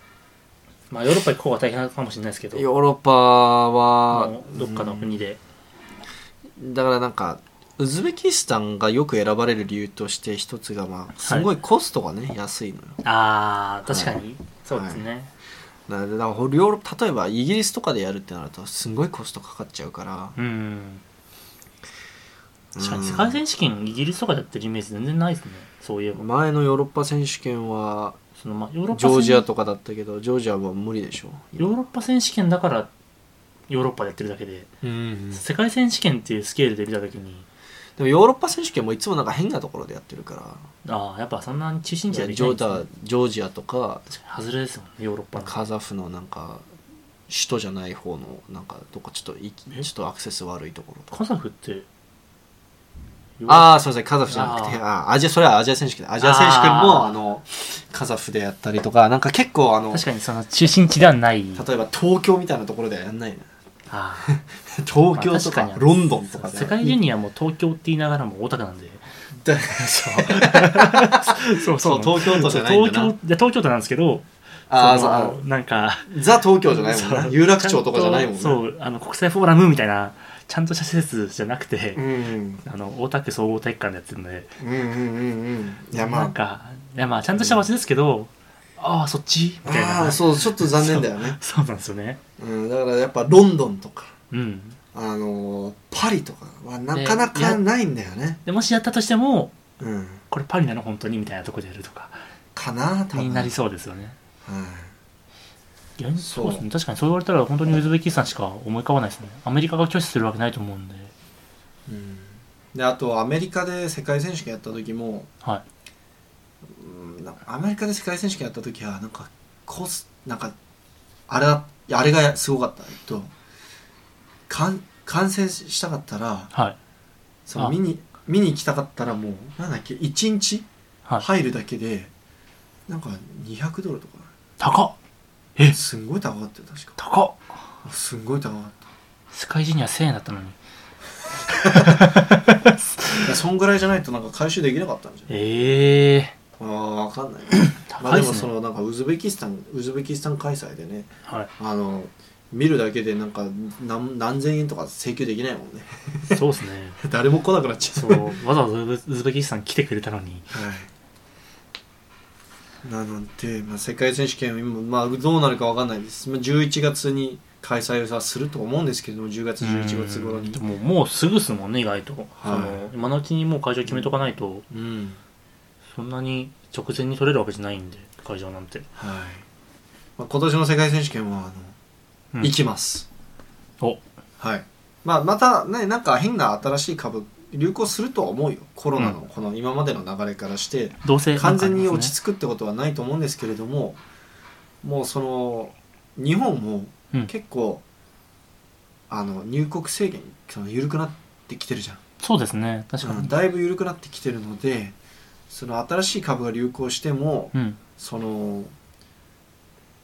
B: まあ、ヨーロッパ行く方が大変かもしれないですけど。
A: ヨーロッパは
B: もうどっかの国で、
A: うんだからなんかウズベキスタンがよく選ばれる理由として一つがまあすごいコストがね、安いのよ
B: ああ確かに、そうですね、
A: なだからヨーロッパ例えばイギリスとかでやるってなるとすごいコストかかっちゃうから
B: うん確か
A: うん
B: に世界選手権イギリスとかでやってるイメージ全然ないですねそういえば、
A: 前のヨーロッパ選手権は
B: そのまあヨーロッパ
A: ジョージア
B: 選
A: とかだったけどジョージアは無理でしょ
B: ヨーロッパ選手権だからヨーロッパでやってるだけで、
A: うん
B: 世界選手権っていうスケールで見た時に
A: でもヨーロッパ選手権もいつもなんか変なところでやってるから
B: ああやっぱそんなに中心地
A: ジ
B: は
A: ョ
B: できな
A: ー
B: いんです、
A: ダ
B: ね、
A: ジョージアとか
B: 確かに外れですもんねヨーロッパの
A: カザフのなんか首都じゃない方のなんかどっかちょっといちょ
B: え
A: っとアクセス悪いところとか
B: カザフって
A: ああすいませんカザフじゃなくてあーアジアそれはアジア選手権アジア選手権も
B: あー
A: あのカザフでやったりとかなんか結構あの
B: 確かにその中心地ではない
A: 例えば東京みたいなところではやんないな
B: ああ
A: 東京とか
B: まあ確かに
A: ロンドンとかで
B: 世界ジュニアも東京って言いながらも大高なんで
A: だ
B: そう
A: そう東京都じゃないんだ
B: 東
A: な
B: 京いや東京都なんですけど
A: あー
B: その
A: そう
B: なんか
A: ザ東京じゃないもんな
B: そう
A: 有楽町とかじゃないもんな
B: ちゃんとそうあの国際フォーラムみたいなちゃんとした施設じゃなくて、
A: うん
B: あの大田区総合体育館でやってるので
A: うんうんうんうんいや
B: なん
A: まあ
B: かいやまあちゃんとした場所ですけど、ああそっちみたい
A: あ
B: な
A: あ
B: そう
A: そうちょっと残念だよね
B: なんですよね
A: うんだからやっぱロンドンとか
B: うん
A: あのーパリとかはなかなかないんだよね。
B: でもしやったとしても
A: うん、
B: これパリなの本当にみたいなとこでやるとか
A: かな多分
B: になりそうですよね
A: はい
B: いや
A: そう
B: そうですね確かにそう言われたら本当にウズベキスタンしか思い浮かばないですねアメリカが拒否するわけないと思うんで
A: うん、であとアメリカで世界選手権やった時も、
B: はい
A: うん、なんかアメリカで世界選手権やった時はなんかコスなんかあれだあれがすごかった。えっとかん観戦したかったら
B: はい
A: その
B: あ
A: 見に見に行きたかったらもうなんだっけ1日
B: はい
A: 入るだけでなんか200ドルとか
B: 高っえ
A: すんごい高かったよ確か
B: 高っ
A: すんごい高かった
B: スカイジュニア1000円だったのに
A: いやそんぐらいじゃないとなんか回収できなかったんじゃない
B: ええ
A: ああ分かんないま
B: 高
A: あ
B: い
A: で
B: っ
A: も
B: す
A: そ
B: ね、
A: のなんかウズベキスタンウズベキスタン開催でね
B: は
A: あの見るだけでなんか何何千円とか請求できないもんね
B: い、そうですね
A: 誰も来なくなっちゃ
B: そううわざわざウズベキスタン来てくれたのに
A: はい、なので、まあ、世界選手権は今、まあ、どうなるかわかんないです、まあ、11月に開催をさすると思うんですけども10月11月頃に
B: で、ももうすぐっすもんね意外と、
A: はい
B: その今のうちにもう会場決めとかないと、
A: うん
B: そんなに直前に取れるわけじゃないんで会場なんて、
A: はいまあ、今年の世界選手権はあの、
B: うん
A: 行きます、
B: お
A: はいまあ、またねなんか変な新しい株流行するとは思うよコロナのこの今までの流れからして、
B: どうせ
A: 完全に落ち
B: 着
A: 着くってことはないと思うんですけれどももうその日本も
B: うん
A: 結構、あの入国制限その緩くなってきてるじゃん、
B: そうですね確かに
A: だいぶ緩くなってきてるのでその新しい株が流行しても
B: うん
A: その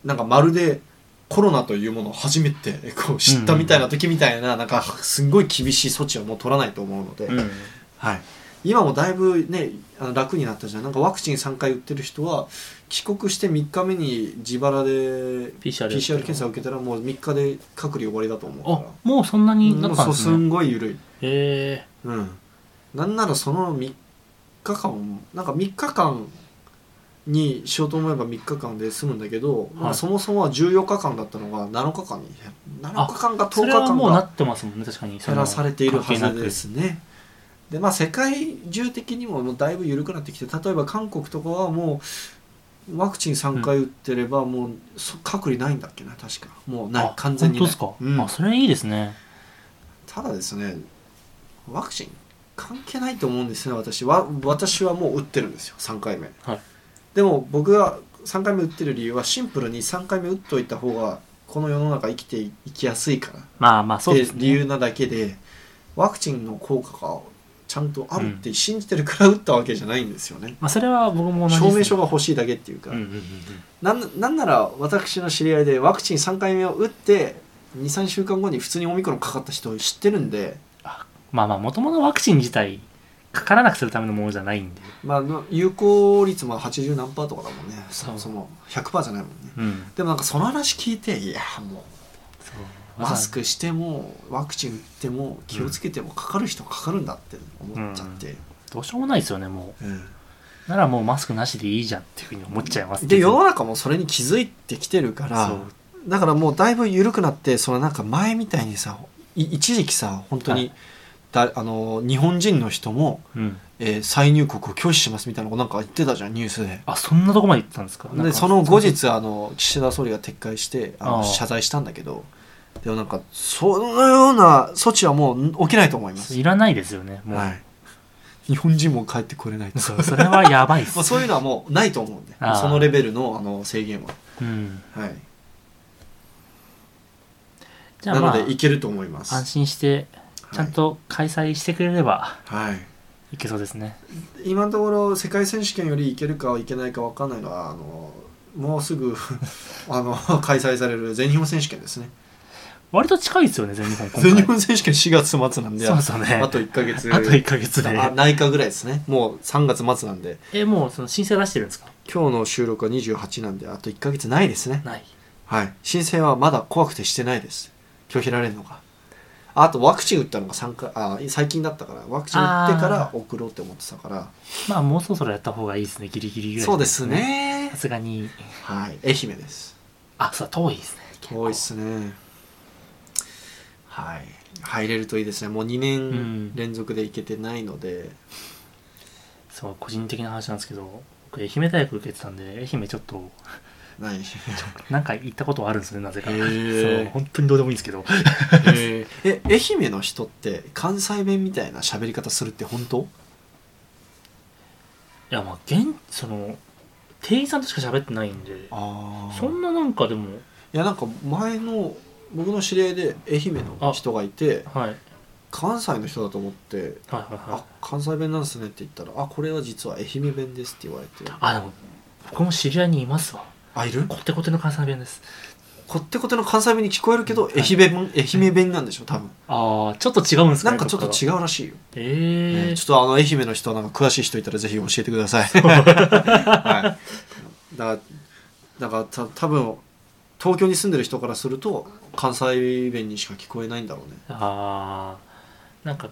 A: なんかまるでコロナというものを初めてこう知ったみたいな時みたいな、なんかすんごい厳しい措置をもう取らないと思うので、
B: うん
A: はい、今もだいぶ、ね、あの楽になったじゃんなんかワクチン3回打ってる人は帰国して3日目に自腹で
B: PCR,
A: PCR 検査を受けたらもう3日で隔離終わりだと思うか
B: あもうそんな
A: ら
B: にな
A: もう
B: ったん
A: そう
B: ですすね
A: んごい緩い、
B: え
A: うん、なんならその3日間なんか3日間にしようと思えば3日間で済むんだけど、まあ、そもそもは14日間だったのが7日間に7日間か
B: ー、
A: 10
B: そ
A: 日
B: れは
A: 間
B: もうな
A: が
B: ってますもんね確かにそ
A: 減
B: の
A: らされているは
B: 関係
A: ず
B: なく
A: ですね。でまあ、世界中的にももうだいぶ緩くなってきて例えば韓国とかはもうワクチン3回打ってればもう、そ隔離ないんだっけな確かもうない
B: あ
A: 完全にない
B: 本当ですか、
A: うん
B: あそれいいですね
A: ただですねワクチン関係ないと思うんですね私は私はもう打ってるんですよ3回目、
B: はい
A: でも僕が3回目打ってる理由はシンプルに3回目打っといた方がこの世の中生きていきやすいから
B: まあまあそう
A: っ
B: で
A: て
B: すね
A: 理由なだけでワクチンの効果がちゃんとあるって信じてるから打ったわけじゃないんですよね、
B: まあそれは僕も同じですね、
A: 証明書が欲しいだけっていうか、
B: うんうんうんうん
A: なんなんなら私の知り合いでワクチン3回目を打って23週間後に普通にオミクロンかかった人を知ってるんで、
B: まあまあもともとワクチン自体かからなくするためのものじゃないんで
A: まあ、の有効率も80何パーとかだもんね
B: そう
A: そもそも100パーじゃないもんね
B: うん
A: でもなんかその話聞いていやも
B: そう
A: うマスクしてもワクチン打っても気をつけてもかかる人かかるんだって思っちゃって、
B: どうしようもないですよねも
A: うん
B: うならもうマスクなしでいいじゃんっていうふうに思っちゃいますけど
A: で世の中もそれに気づいてきてるから
B: そう
A: だからもうだいぶ緩くなってそのなんか前みたいにさい一時期さ本当に、だあの日本人の人も、
B: うん、
A: えー再入国を拒否しますみたいなことなんか言ってたじゃんニュースで。
B: あそんなとこまで行ったんですかなん
A: で
B: か
A: その後日あの岸田総理が撤回してあの
B: ああ
A: 謝罪したんだけどでもなんかそのような措置はもうん起きないと思います、
B: いらないですよねもう、
A: はい、日本人も帰ってこれないと
B: そうそれはやばいっ す
A: まあ、そういうのはもうないと思うんで
B: ああ
A: そのレベルのあの制限は、
B: うん、
A: はい、
B: じゃあまあ
A: なのでいけると思います
B: 安心してちゃんと開催してくれれば
A: はい、はい
B: いけそうですね、
A: 今のところ世界選手権よりいけるかいけないか分かんないのはあのもうす ぐあの開催される全日本選手権ですね
B: 割と近いですよね全日本今回
A: 全日本選手権4月末なんで
B: そうですよね
A: あと1か月
B: あと1ヶ月で
A: あないかぐらいですねもう3月末なんで
B: えもうその申請出してるんですか
A: 今日の収録は28なんであと1か月ないですね
B: ない
A: はい申請はまだ怖くてしてないです拒否られるのがあとワクチン打ったのが3回あ最近だったからワクチン打ってから送ろうって思ってたから
B: まあもうそろそろやった方がいいですねギリギリぐらい
A: そうですね
B: さすがに
A: はい愛媛です
B: あそう遠いですね
A: 遠いっすねはい入れるといいですねもう2
B: ん
A: 年連続で行けてないので、
B: そう個人的な話なんですけど僕愛媛大学受けてたんで愛媛ちょっと
A: ない
B: なんか行ったことはあるんですねなぜか
A: へ
B: そ
A: ー
B: う本当にどうでもいいんですけど
A: え愛媛の人って関西弁みたいな喋り方するって本当
B: いやまあ現その店員さんとしか喋ってないんで
A: あ
B: そんななんかでも
A: いやなんか前の僕の知り合いで愛媛の人がいて
B: はいはい
A: 関西の人だと思って
B: はいはい
A: あ関西弁なんですねって言ったら「あこれは実は愛媛弁です」って言われて
B: あでも僕も知り合いにいますわ
A: あいる
B: コテコテの関西弁です
A: こってこての関西弁に聞こえるけど
B: はい
A: 愛媛弁愛媛弁なんでしょ多分
B: ああちょっと違うんですか
A: な
B: ね
A: んかちょっと違うらしいよ、
B: ええ
A: ね
B: ー
A: ちょっとあの愛媛の人なんか詳しい人いたらぜひ教えてくだ さい、はい、だからだからた多分東京に住んでる人からすると関西弁にしか聞こえないんだろうね
B: ああなんか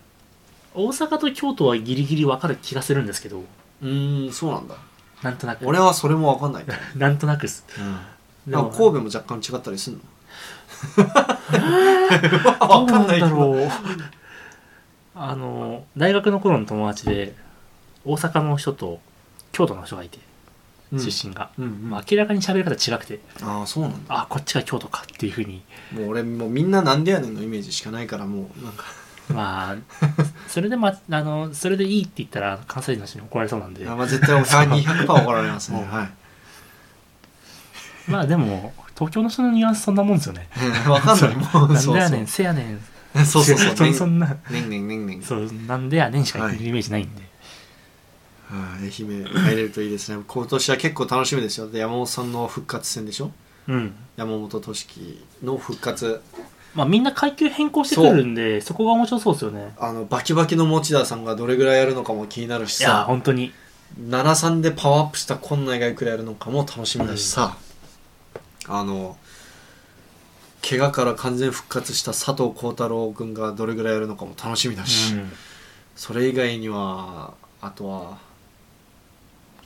B: 大阪と京都はギリギリ分かる気がするんですけど
A: うーんそうなんだ
B: なんとなく
A: 俺はそれも分かんない、う
B: なんとなくです
A: ん
B: で
A: なん
B: も
A: か神戸も若干違ったり するの
B: ど
A: わ
B: うなんだ
A: ど
B: ろうあの大学の頃の友達で大阪の人と京都の人がいて
A: うん
B: 出身が、
A: うんうん
B: まあ明らかに喋り方違くて
A: ああそうなんだ
B: あこっちが京都かっていうふうに
A: もう俺もうみんななんでやねんのイメージしかないからもうなんか
B: ま あそれで、ま、あのそれでいいって言ったら関西人の人に怒られそうなんで
A: あまあ絶対200%怒られますね
B: うん
A: はい
B: まあでも東京の人のニュアンスそんなもんです よね
A: わかんないもう
B: なん
A: そうそ
B: でや
A: う
B: ねんせやねん
A: そうそうそう
B: そそんな
A: ねんねんねんねん
B: そうなんでやねんしか言ってるイメージないんで、
A: はい愛媛入れるといいですね今年は結構楽しみですよで山本さんの復活戦でしょ
B: うん
A: 山本俊樹の復活
B: まあみんな階級変更してくるんでそこが面白そうですよね
A: あのバキバキの持田さんがどれぐらいやるのかも気になるし
B: いや
A: さ
B: 本当に
A: 73でパワーアップした今内がいくらやるのかも楽しみだしさ、あの怪我から完全復活した佐藤幸太郎君がどれぐらいやるのかも楽しみだし、
B: うん
A: それ以外にはあとは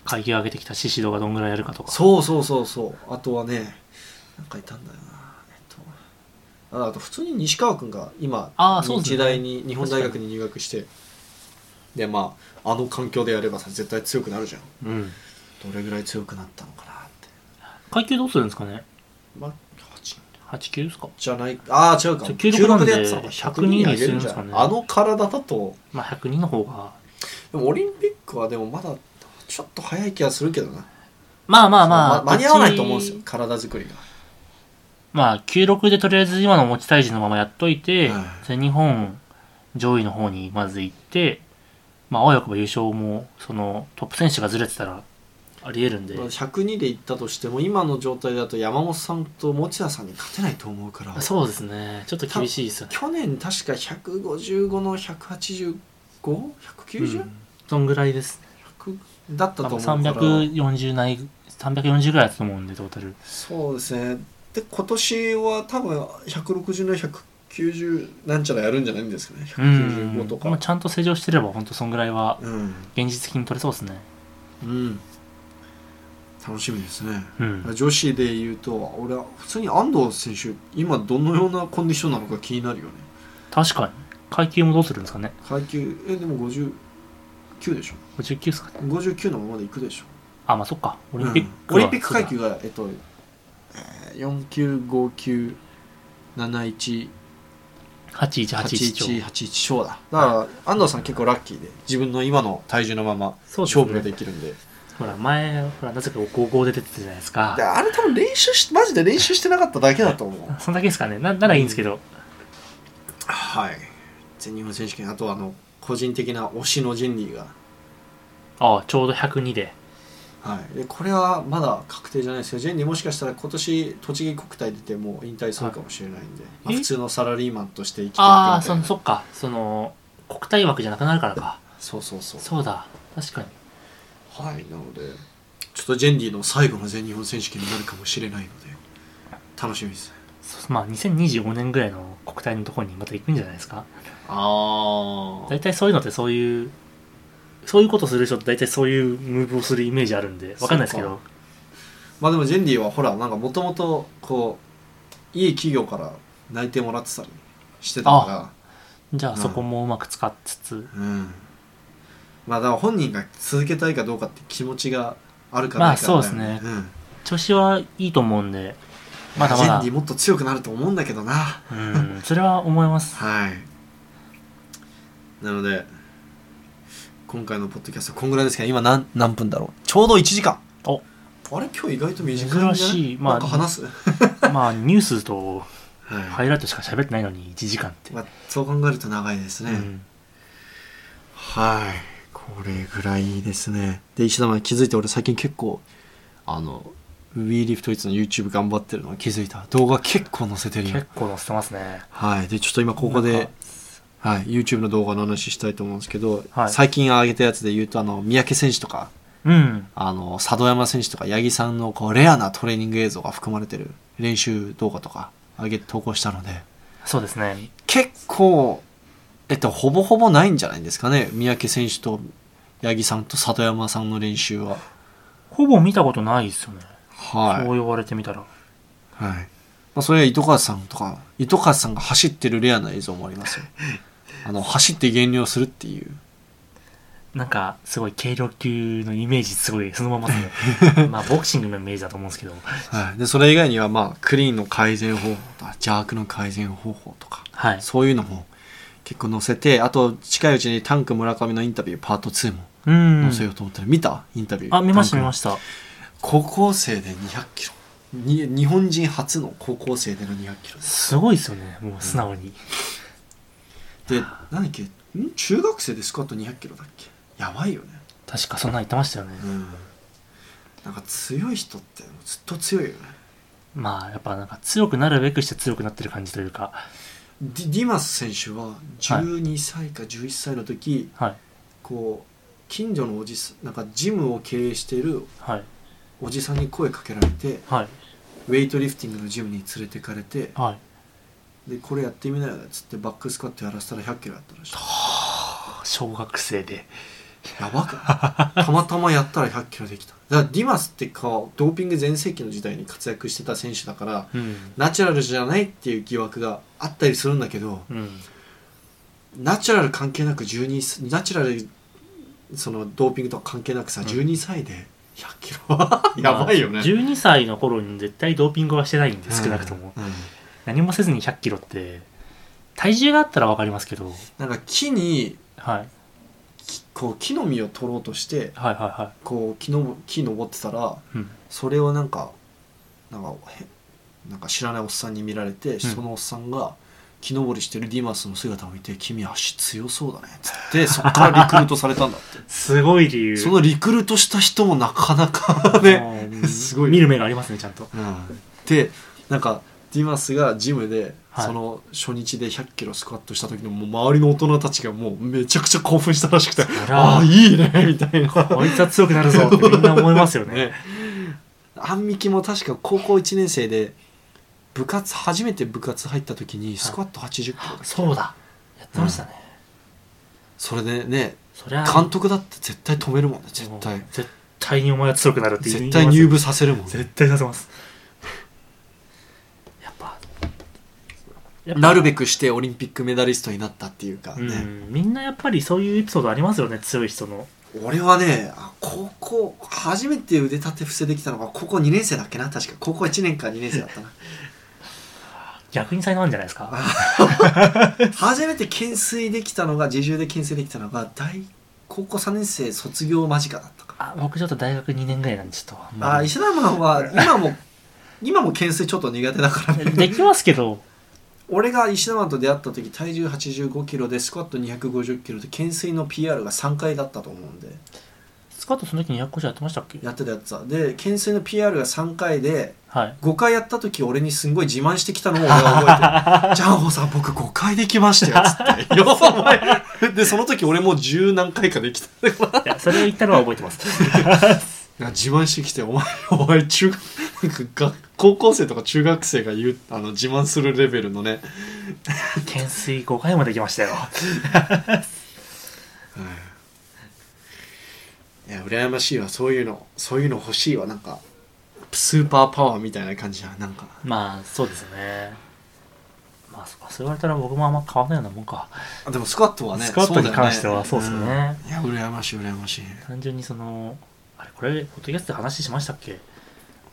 B: 階級上げてきた宍戸がどんぐらいやるかとか
A: そうそうそうそうあとはねなんかいたんだよなえっとああと普通に西川君が今
B: あーそうです
A: 日
B: ね
A: 大に日本大学に入学してでまああの環境でやればさ絶対強くなるじゃん
B: うん
A: どれぐらい強くなったのかなって
B: 階級どうするんですかね
A: まあ8
B: 89ですか
A: じゃないああ違うか
B: そう96なんで
A: やってたのか100
B: 100
A: 人
B: に
A: あげるん
B: す
A: じ
B: るんです
A: ゃ
B: か
A: ん、
B: ね
A: あの体だと
B: まあ102の方が
A: でもオリンピックはでもまだちょっと早い気がするけどな
B: まあまあまあ
A: ま間に合わないと思うんですよ
B: こっち
A: 体作りが
B: まあ96でとりあえず今の持ち体重のままやっといて、
A: はい
B: 全日本上位の方にまず行ってまああわよくば優勝もそのトップ選手がずれてたらありえるんで
A: 102でいったとしても今の状態だと山本さんと持田さんに勝てないと思うから
B: そうですねちょっと厳しいですよね、
A: 去年確か155の 185190?、
B: うんそんぐらいです
A: 100だったと思うから
B: 340ない340ぐらいだったと思うんでトータル
A: そうですねで今年は多分160の190なんちゃらやるんじゃないんですかね195と
B: うんま
A: か
B: あちゃんと施錠してれば本当そんぐらいは
A: うん、
B: 現実的に取れそうですね
A: うん、楽しみですね
B: うん
A: 女子で言うと俺は普通に安藤選手今どのようなコンディションなのか気になるよね
B: 確かに階級もどうするんですかね
A: 階級えでも59でしょ
B: 59ですかね
A: 59のままでいくでしょ
B: あまあそっかオリンピック
A: うんオ
B: は、
A: リンピック階級がえっと49597181
B: 8181
A: 81章だだから安藤さん結構ラッキーで自分の今の体重のまま
B: そうですね
A: 勝負ができるんで
B: ほら前ほらなぜか55で出てたじゃないですか
A: であれ多分練習しマジで練習してなかっただけだと思う
B: そんだけですかねなならいいんですけど、
A: はい全日本選手権あとあの個人的な推しのジェンリーが
B: ああちょうど102で
A: はい、でこれはまだ確定じゃないですけどジェンリーもしかしたら今年栃木国体出てもう引退するかもしれないんで、まあ
B: え
A: 普通のサラリーマンとして生きていく
B: ああ
A: わけ
B: そのそっかその国体枠じゃなくなるからか
A: そうそうそう
B: そうだ確かに
A: はいなのでちょっとジェンディの最後の全日本選手権になるかもしれないので楽しみです
B: そまあ2025年ぐらいの国体のところにまた行くんじゃないですか
A: あ
B: 大体そういうのってそういうそういうことする人って大体そういうムーブをするイメージあるんでわかんないですけ
A: そう
B: ど
A: まあでもジェンディはほらなんかもともとこういい企業から内定もらってたりしてたか
B: じゃ
A: う
B: あ
A: ん
B: そこもうまく使っつつ、
A: らうんまあだから本人が続けたいかどうかって気持ちがあるか
B: ま
A: ら
B: あそうですね
A: うん
B: 調子はいいと思うんでまだ
A: ジ
B: ま
A: ェン
B: だ
A: ディもっと強くなると思うんだけどな
B: うんそれは思います
A: はいなので今回のポッドキャストこんぐらいですけど今何何分だろうちょうど1時間
B: お
A: あれ今日意外と短いんじゃない
B: 珍しいまあ
A: なんか話す
B: まあニュースと
A: は
B: ハ
A: い、
B: イライトしか喋ってないのに1時間って、
A: まあ、そう考えると長いですね、
B: うん
A: はいこれぐらいですねで石田さん気づいて俺最近結構あの WeLiftIts の YouTube 頑張ってるの気づいた動画結構載せてるよ
B: 結構載せてますね
A: はいでちょっと今ここ
B: な
A: で
B: んか
A: はい、YouTube の動画の話したいと思うんですけど、
B: はい
A: 最近上げたやつで言うとあの三宅選手とか
B: うん
A: あの佐渡山選手とか八木さんのこうレアなトレーニング映像が含まれてる練習動画とか上げて投稿したので
B: そうですね
A: 結構、えっと、ほぼほぼないんじゃないですかね三宅選手と八木さんと佐渡山さんの練習は。
B: ほぼ見たことないですよね、
A: はい
B: そう言われてみたら
A: はいまあ、それは糸川さんとか糸川さんが走ってるレアな映像もあり ますよあの走って減量するっていう
B: なんかすごい軽量級のイメージすごいそのままですね まあボクシングのイメージだと思うんですけど
A: はい、でそれ以外には、まあ、クリーンの改善方法とか邪悪の改善方法とか
B: はい
A: そういうのも結構載せてあと近いうちにタンク村上のインタビューパート2も
B: うん
A: 載せようと思ってる、見たインタビュー
B: あ見ました見ま
A: し
B: した
A: た高校生で2 0 0キロに日本人初の高校生での2 0 0キロです
B: すごいですよねもう素直に、
A: で何だっけん中学生でスカット2 0 0キロだっけやばいよね
B: 確かそんなん言ってましたよね、
A: うんなんか強い人ってずっと強いよね
B: まあやっぱなんか強くなるべくして強くなってる感じというか
A: ディディマス選手は12歳か11歳の時、
B: はい
A: こう近所のおじさんなんかジムを経営している
B: はい
A: おじさんに声かけられて
B: はい
A: ウェイトリフティングのジムに連れてかれて
B: はい
A: でこれやってみなよっつってバックスカットやらせたら1 0 0キロやったらし
B: 小学生で
A: い やばかたまたまやったら1 0 0キロできただからディマスって顔ドーピング全盛期の時代に活躍してた選手だから
B: うん
A: ナチュラルじゃないっていう疑惑があったりするんだけど
B: うん
A: ナチュラル関係なく12歳ナチュラルそのドーピングとか関係なくさ
B: うん
A: 12歳で1 0 0キロは やばいよね、
B: まあ12歳の頃に絶対ドーピングはしてないんで少なくとも、
A: うんうん
B: 何もせずに1 0 0キロって体重があったら分かりますけど、
A: なんか木に
B: はい、
A: きこう木の実を取ろうとして
B: はいはいは
A: こう木の木登ってたら
B: いうん
A: それをなんかなんかへなんか知らないおっさんに見られて、そのおっさんが木登りしてるディマスの姿を見て「君足強そうだね」っつってそっからリクルートされたんだっ
B: すごい理
A: て
B: 由
A: そのリクルートした人もなかなかね、
B: うん
A: すごい
B: 見る目がありますねちゃん と
A: うんでなんかディマスがジムで、
B: はい
A: その初日で1 0 0キロスクワットした時のもう周りの大人たちがもうめちゃくちゃ興奮したらしくて「
B: ら
A: ああいいね」みたいな
B: こいつは強くなるぞってみんな思いますよね
A: ね、あんみきも確か高校1年生で部活初めて部活入った時にスクワット80キロだ
B: そうだやってましたね、
A: それでね
B: そりゃ
A: 監督だって絶対止めるもんね絶対
B: もう絶対にお前は強くなるって言
A: 絶
B: い
A: 対
B: ます
A: 入
B: よ
A: 部させるもんね
B: 絶対させますやっぱやっぱ
A: なるべくしてオリンピックメダリストになったっていうか
B: う
A: ね、
B: ん、みんなやっぱりそういうエピソードありますよね強い人の
A: 俺はねあ高校初めて腕立て伏せできたのが高校2年生だっけな確か高校1年か2年生だった な
B: 逆に才能あるんじゃないですか
A: 初めて懸垂できたのが自重で懸垂できたのが大高校3年生卒業間近だったから
B: あ僕ちょっと大学2年ぐらいなんでちょっとあんま
A: あ
B: り
A: 石田マンは今も 今も懸垂ちょっと苦手だからね
B: できますけど
A: 俺が石田マンと出会った時体重8 5キロでスクワット2 5 0キロで懸垂の PR が3回だったと思うんで
B: スカートその時200個じゃやってましたっけ
A: やってたやつはで懸垂の PR が3回で
B: はい
A: 5回やった時俺にすんごい自慢してきたのを俺は覚えてる「ジャンホさん僕5回できましたよ」つって「よお前 でその時俺もう十何回かできたから
B: いやそれを言ったのは覚えてます
A: 自慢してきて「お前お前中 学なんかが高校生とか中学生が言うあの自慢するレベルのね
B: 懸垂5回もできましたよ
A: いや羨ましいわそういうのそういうの欲しいわなんかスーパーパワーみたいな感じじゃんなんか
B: まあそうですねまあそっかそう言われたら僕もあんま変わんないようなもんか、
A: あでもスクワットはね
B: スカートに関してはそう
A: だ
B: で
A: よ
B: すよね
A: うんいや羨ましい羨ましい
B: 単純にそのあれこれポッドキャストで話しましたっけ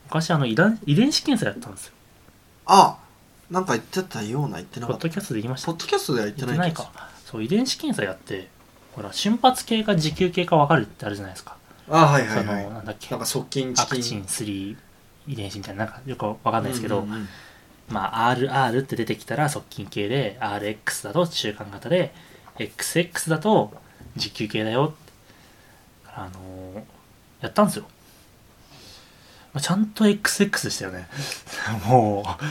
B: 昔あの遺伝遺伝子検査やったんですよ
A: あなんか言ってたような言ってな
B: ポ
A: かっ
B: ッ
A: た
B: ドキャストで言いました
A: ポッドキャストでは言って
B: 言っ
A: な
B: て
A: い
B: ないかそう遺伝子検査やってほら瞬発系か持久系か分かるってあるじゃないですか、
A: あはいはいはい
B: そのなんだっけ
A: なんか側近チ
B: ア
A: キ
B: ク
A: ン
B: チン3遺伝子みたいななんかよく分かんないですけど、
A: うんうんうん
B: まあ、RR って出てきたら側近系で RX だと中間型で XX だと時給系だよだからあのーやったんですよ、まあ、ちゃんと XX でしたよね もう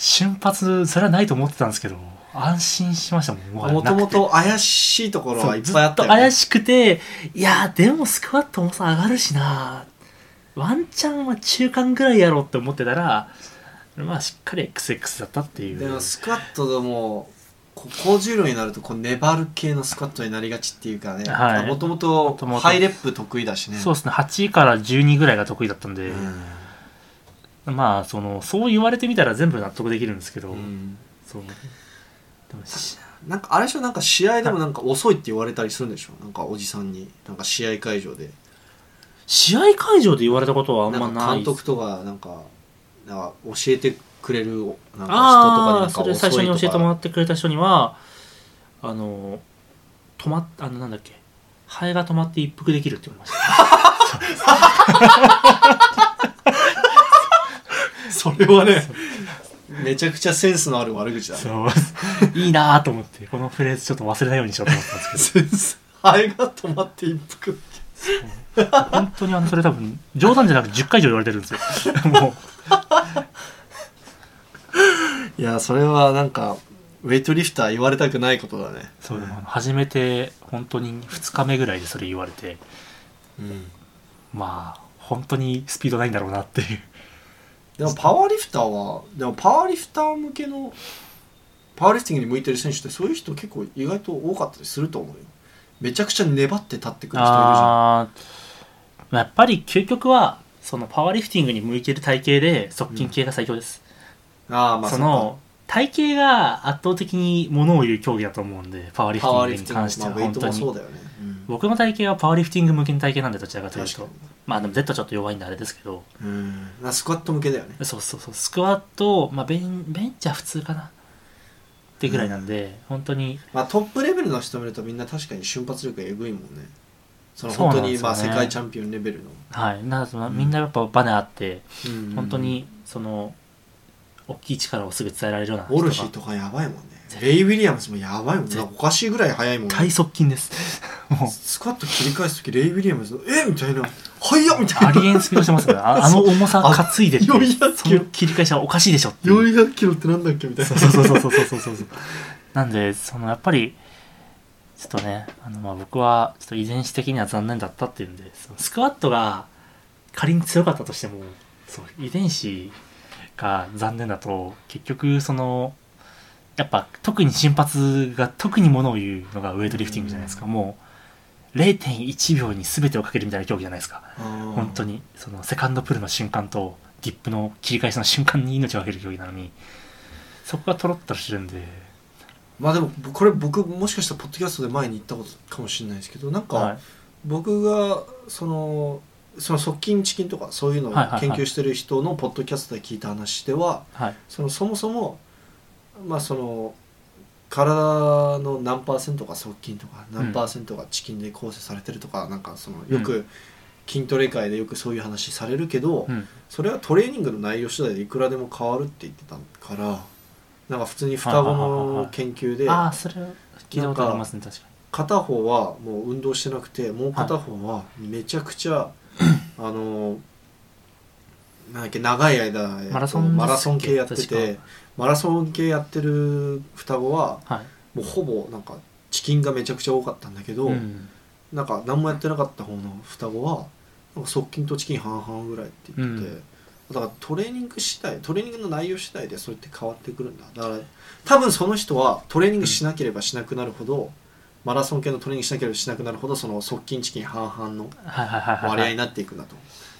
B: 瞬発それはないと思ってたんですけど安心しましたもんもう
A: もとも
B: なくて
A: と怪しいところはいっぱいあった
B: そうずっと怪
A: しい
B: しくていやーでもスクワット重さ上がるしなワンチャンは中間ぐらいやろうって思ってたらまあしっかり XX だったっていう
A: でもスクワットでもこう高重量になるとこう粘る系のスクワットになりがちっていうかね
B: はい
A: もともと
B: ともと
A: ハイレップ得意だしね
B: そうですね8から12ぐらいが得意だったんで、
A: うん
B: まあそのそう言われてみたら全部納得できるんですけど、
A: うん
B: そうでもし
A: なんかあれでしょなんか試合でもなんか遅いって言われたりするんでしょなんかおじさんになんか試合会場で
B: 試合会場で言われたことはあん
A: な
B: ま
A: ん
B: な
A: か
B: い
A: 監督とかなんかなんか教えてくれるなん
B: ああ
A: か人と
B: そ
A: かになんか遅
B: れ
A: い
B: 最
A: とか
B: 初に教えてもらってくれた人にはあの止まっあのなんだっけハエが止まって一服できるって言われました
A: それはねめちゃくちゃセンスのある悪口だね
B: そういいなーと思ってこのフレーズちょっと忘れないようにしようと思ったんですけど
A: センスハエが止まって一服
B: 本当にあのそれ多分冗談じゃなく10回以上言われてるんですよもう
A: いやそれはなんかウェイトリフター言われたくないことだね
B: そうでもあの初めて本当に2日目ぐらいでそれ言われて
A: うん
B: まあ本当にスピードないんだろうなっていう
A: でもパワーリフターはでもパワーリフター向けのパワーリフティングに向いてる選手ってそういう人結構意外と多かったりすると思うよめちゃくちゃ粘って立ってくる人いるじゃん
B: あーまあやっぱり究極はそのパワーリフティングに向いてる体型で側近系が最強です、
A: ああまあ
B: そ
A: っか
B: の体型が圧倒的にものを言う競技だと思うんでパワーリフテ
A: パワー
B: ィ
A: リ
B: ング
A: フテ
B: に
A: ィン
B: 関
A: グ
B: しては
A: まあ、ウェイ
B: 本
A: ト
B: 当
A: も
B: に、
A: そうだよね、うん
B: 僕の体型はパワーリフティング向けの体型なんでどちらかという
A: 確か
B: とまあでも Z ちょっと弱いんであれですけど
A: にうんまあスクワット向けだよね
B: そうそうそうスクワット、まあ、ベンベンチは普通かなってぐらいなんで、本当に
A: まあトップレベルの人見るとみんな確かに瞬発力がえぐいもんねその
B: そうなん
A: 本
B: です
A: 当
B: よね
A: にまあ世界チャンピオンレベルの、
B: はいなまあ
A: うん
B: みんなやっぱバネあって、
A: うん
B: 本当にその大きい力をすぐ伝えられるような人
A: ウォ
B: が
A: ルシーとかやばいもんねレイ・ウィリアムスもやばいもんね
B: 絶
A: おかしいぐらい速いもんね
B: 体側近です もう
A: スクワット切り返す時レイ・ウィリアムズの「えみたいな「はいや!」みた
B: あ
A: いな
B: りえんスピードしてますからああの重さ担いでて
A: そうあ400
B: その切り返しはおかしいでしょっていう
A: 400キロってなんだっけみたい
B: そ
A: な
B: うそうそうそうそうそうそうそうなんでそのやっぱりちょっとねあのまあ僕はちょっと遺伝子的には残念だったっていうんでそのスクワットが仮に強かったとしてもそう遺伝子が残念だと結局そのやっぱ特に瞬発が特にものを言うのがウェイトリフティングじゃないですか、もう0.1秒に全てをかけるみたいな競技じゃないですか本
A: 本
B: 当にそのセカンドプルの瞬間とディップの切り返しの瞬間に命を懸ける競技なのにそこがトロッとしてるんで、
A: まあでもこれ僕もしかしたらポッドキャストで前に言ったことかもしれないですけどなん
B: は
A: か僕がそのその側近チキンとかそういうのを
B: はいはいはい
A: 研究してる人のポッドキャストで聞いた話ではい
B: はい、
A: そのそもそもまあその体の何パーセントが側筋とか何パーセントがチキンで構成されてるとか、なんかそのよ
B: う
A: く筋トレ界でよくそういう話されるけど、
B: うん、
A: それはトレーニングの内容次第でいくらでも変わるって言ってたからなんか普通に双子の研究で
B: ああそれは聞いたことありますね確か
A: 片方はもう運動してなくてもう片方はめちゃくちゃ、あのなんだっけ長い間
B: マラソン
A: えっと
B: で
A: マ
B: す
A: ラソ
B: っけ
A: ン系やって
B: 確
A: てマラソン系やってる双子は
B: にはい
A: もうほぼなんかチキンがめちゃくちゃ多かったんだけど、
B: うん
A: なんか何もやってなかった方の双子はなんか側近とチキン半々ぐらいって言ってて、
B: うん
A: だからトレーニング次第トレーニングの内容次第でそれって変わってくるんだだから多分その人はトレーニングしなければしなくなるほど、マラソン系のトレーニングしなければしなくなるほどその側近チキン半々の
B: はいはいはいはい
A: 割合になっていくんだと、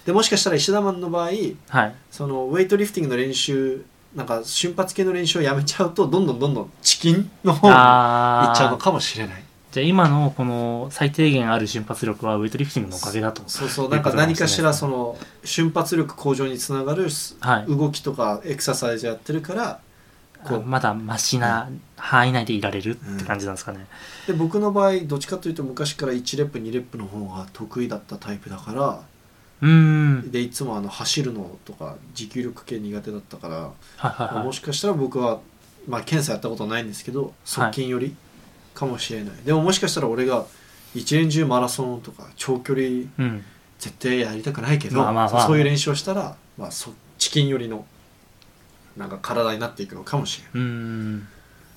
A: でもしかしたら石田マンの場合
B: はい
A: そのウェイトリフティングの練習なんか瞬発系の練習をやめちゃうとどんどんどんどんチキンの方に行
B: ああ
A: っちゃうのかもしれない
B: じゃあ今のこの最低限ある瞬発力はウェイトリフティングのおかげだと
A: そうそうなんか何かしらその瞬発力向上につながるす
B: はい
A: 動きとかエクササイズやってるからこ
B: あ
A: う
B: まだマシな範囲内でいられるって感じなんですかね、
A: で僕の場合どっちかというと昔から1レップ2レップの方が得意だったタイプだから
B: うん
A: でいつもあの走るのとか持久力系苦手だったから、
B: はいはい
A: まあ
B: はい
A: もしかしたら僕は、まあ、検査やったことないんですけど側近よりかもしれない、でももしかしたら俺が一年中マラソンとか長距離
B: うん
A: 絶対やりたくないけど、
B: まあまあまあ
A: そういう練習をしたら、まあ、そチキン寄りのなんか体になっていくのかもしれない
B: うん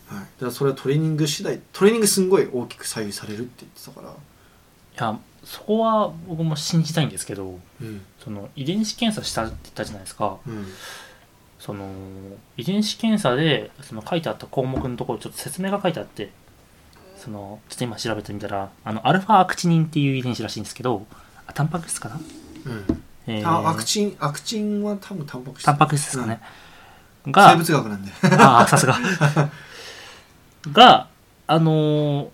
A: はい、だからそれはトレーニング次第トレーニングすんごい大きく左右されるって言ってたから、
B: いやそこは僕も信じたいんですけど
A: うん
B: その遺伝子検査したって言ったじゃないですか
A: うん
B: その遺伝子検査でその書いてあった項目のところちょっと説明が書いてあってそのちょっと今調べてみたらあのアルファアクチニンっていう遺伝子らしいんですけどあタンパク質かな、
A: うん
B: えー
A: あアクチンアクチンは多分タンパク質
B: タンパク質ですかね、
A: うん
B: が
A: 生物学なんで
B: ああさすががあのー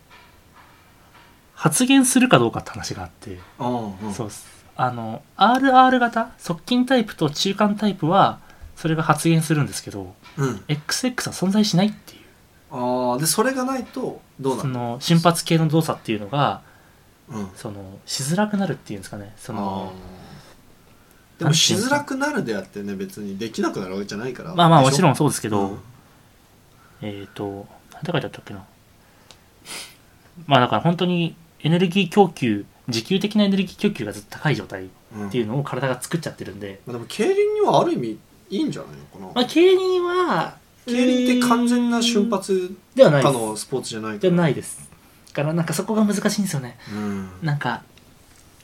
B: 発現するかどうかって話があって
A: うんうん
B: そうっすあの RR 型側近タイプと中間タイプはそれが発現するんですけど
A: うん、
B: XX は存在しないっていう
A: ああでそれがないとどうな
B: そ
A: るの
B: の瞬発系の動作っていうのが
A: うん
B: そのしづらくなるっていうんですかねその
A: あーでもしづらくなるであってね別にできなくなるわけじゃないから
B: まあまあもちろ
A: ん
B: んそうですけ
A: け
B: ど、えっ、となんて書いてあったっけなまあだから本当にエネルギー供給自給的なエネルギー供給がずっと高い状態っていうのを体が作っちゃってるんで、
A: まあ、でも競輪にはある意味いいんじゃないのかな、
B: まあ、競輪は
A: 競輪って完全な瞬
B: う
A: 発
B: ーんではない
A: 可
B: で
A: の
B: す
A: スポーツじゃないか
B: で
A: ら
B: はないですだからなんかそこが難しいんですよね
A: うん
B: なんか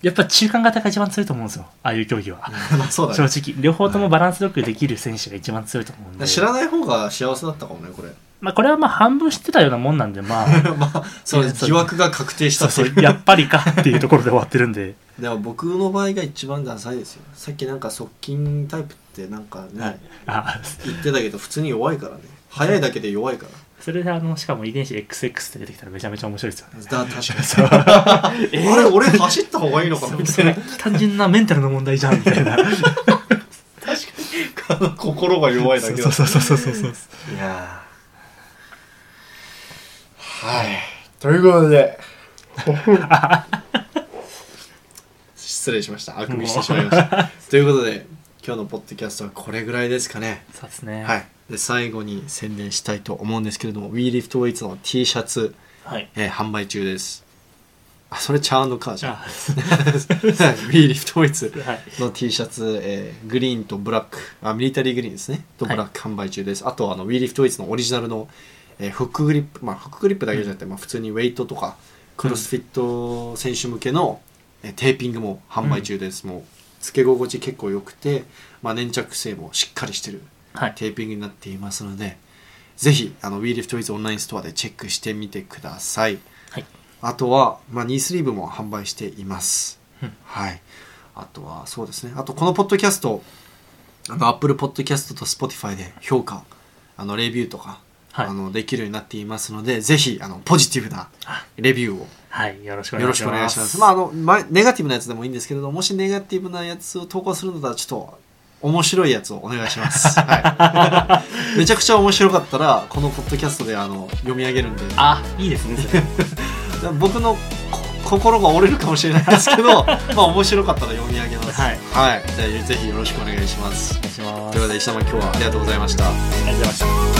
B: やっぱ中間型が一番強いと思うんですよああいう競技は、
A: まあそうだね
B: 正直両方ともバランスよくできる選手が一番強いと思うんで
A: 知らない方が幸せだったかもねこれ
B: まあ、これはまあ半分知ってたようなもんなんでまあ
A: まあそ
B: い
A: の
B: やそう
A: 疑惑が確定した
B: そう
A: って
B: そ
A: いう
B: うやっぱりかっていうところで終わってるんで
A: でも僕の場合が一番ダサいですよさっきなんか側近タイプってなんかね、
B: あ
A: 言ってたけど普通に弱いからね早いだけで弱いから
B: それであのしかも遺伝子 XX って出てきたらめちゃめちゃ面白いですよね
A: だから確かに
B: え
A: あれ俺走った方がいいのかなみたいな
B: 単純なメンタルの問題じゃんみたいな
A: 心が弱いだけだ
B: そうそうそうそうそうそう
A: いやーはいということで 失礼しましたあくびしてしまいましたということで今日のポッドキャストはこれぐらいですかね
B: そうですね
A: はいで最後に宣伝したいと思うんですけれども WeLiftWeights の T シャツ、
B: はい
A: えー販売中ですあそれチャーカーじ
B: じ
A: ゃん
B: ゃ
A: WeLiftWeights
B: あはい
A: の T シャツ、えーグリーンとブラックあミリタリーグリーンですねとブ
B: はい
A: ラック販売中です、あとあの WeLiftWeights のオリジナルの、えーフックグリップまあフックグリップだけじゃなくて、まあ、普通にウェイトとかクロスフィット選手向けの、えーテーピングも販売中です、もう付け心地結構良くて、まあ、粘着性もしっかりしてる
B: はい
A: テーピングになっていますのでぜひあの WeLiftWeights オンラインストアでチェックしてみてください
B: はい
A: あとは、まあ、ニースリーブも販売しています。
B: うん
A: はい。あとは、そうですね。あと、このポッドキャスト、あの、Apple Podcast と Spotify で評価、あの、レビューとか、
B: はい
A: あの、できるようになっていますので、ぜひ、あの、ポジティブな
B: あ
A: レビューを
B: はいよろしくお
A: よ
B: 願
A: ろ
B: い
A: し
B: し
A: くお願い
B: ま
A: します。
B: す
A: まあ、あの、まネガティブなやつでもいいんですけれども、もしネガティブなやつを投稿するのだったら、ちょっと、面白いやつをお願いします。 はい。めちゃくちゃ面白かったら、このポッドキャストで、あの、読み上げるんで、
B: あいいですねそれ
A: 僕のこ心が折れるかもしれないですけど まあ面白かったら読み上げます
B: はい、
A: はい、じゃあぜひよろしくお願いします
B: お願いしま
A: とい
B: す
A: うことで石田さん今日はありがとうございました
B: ありがとうございました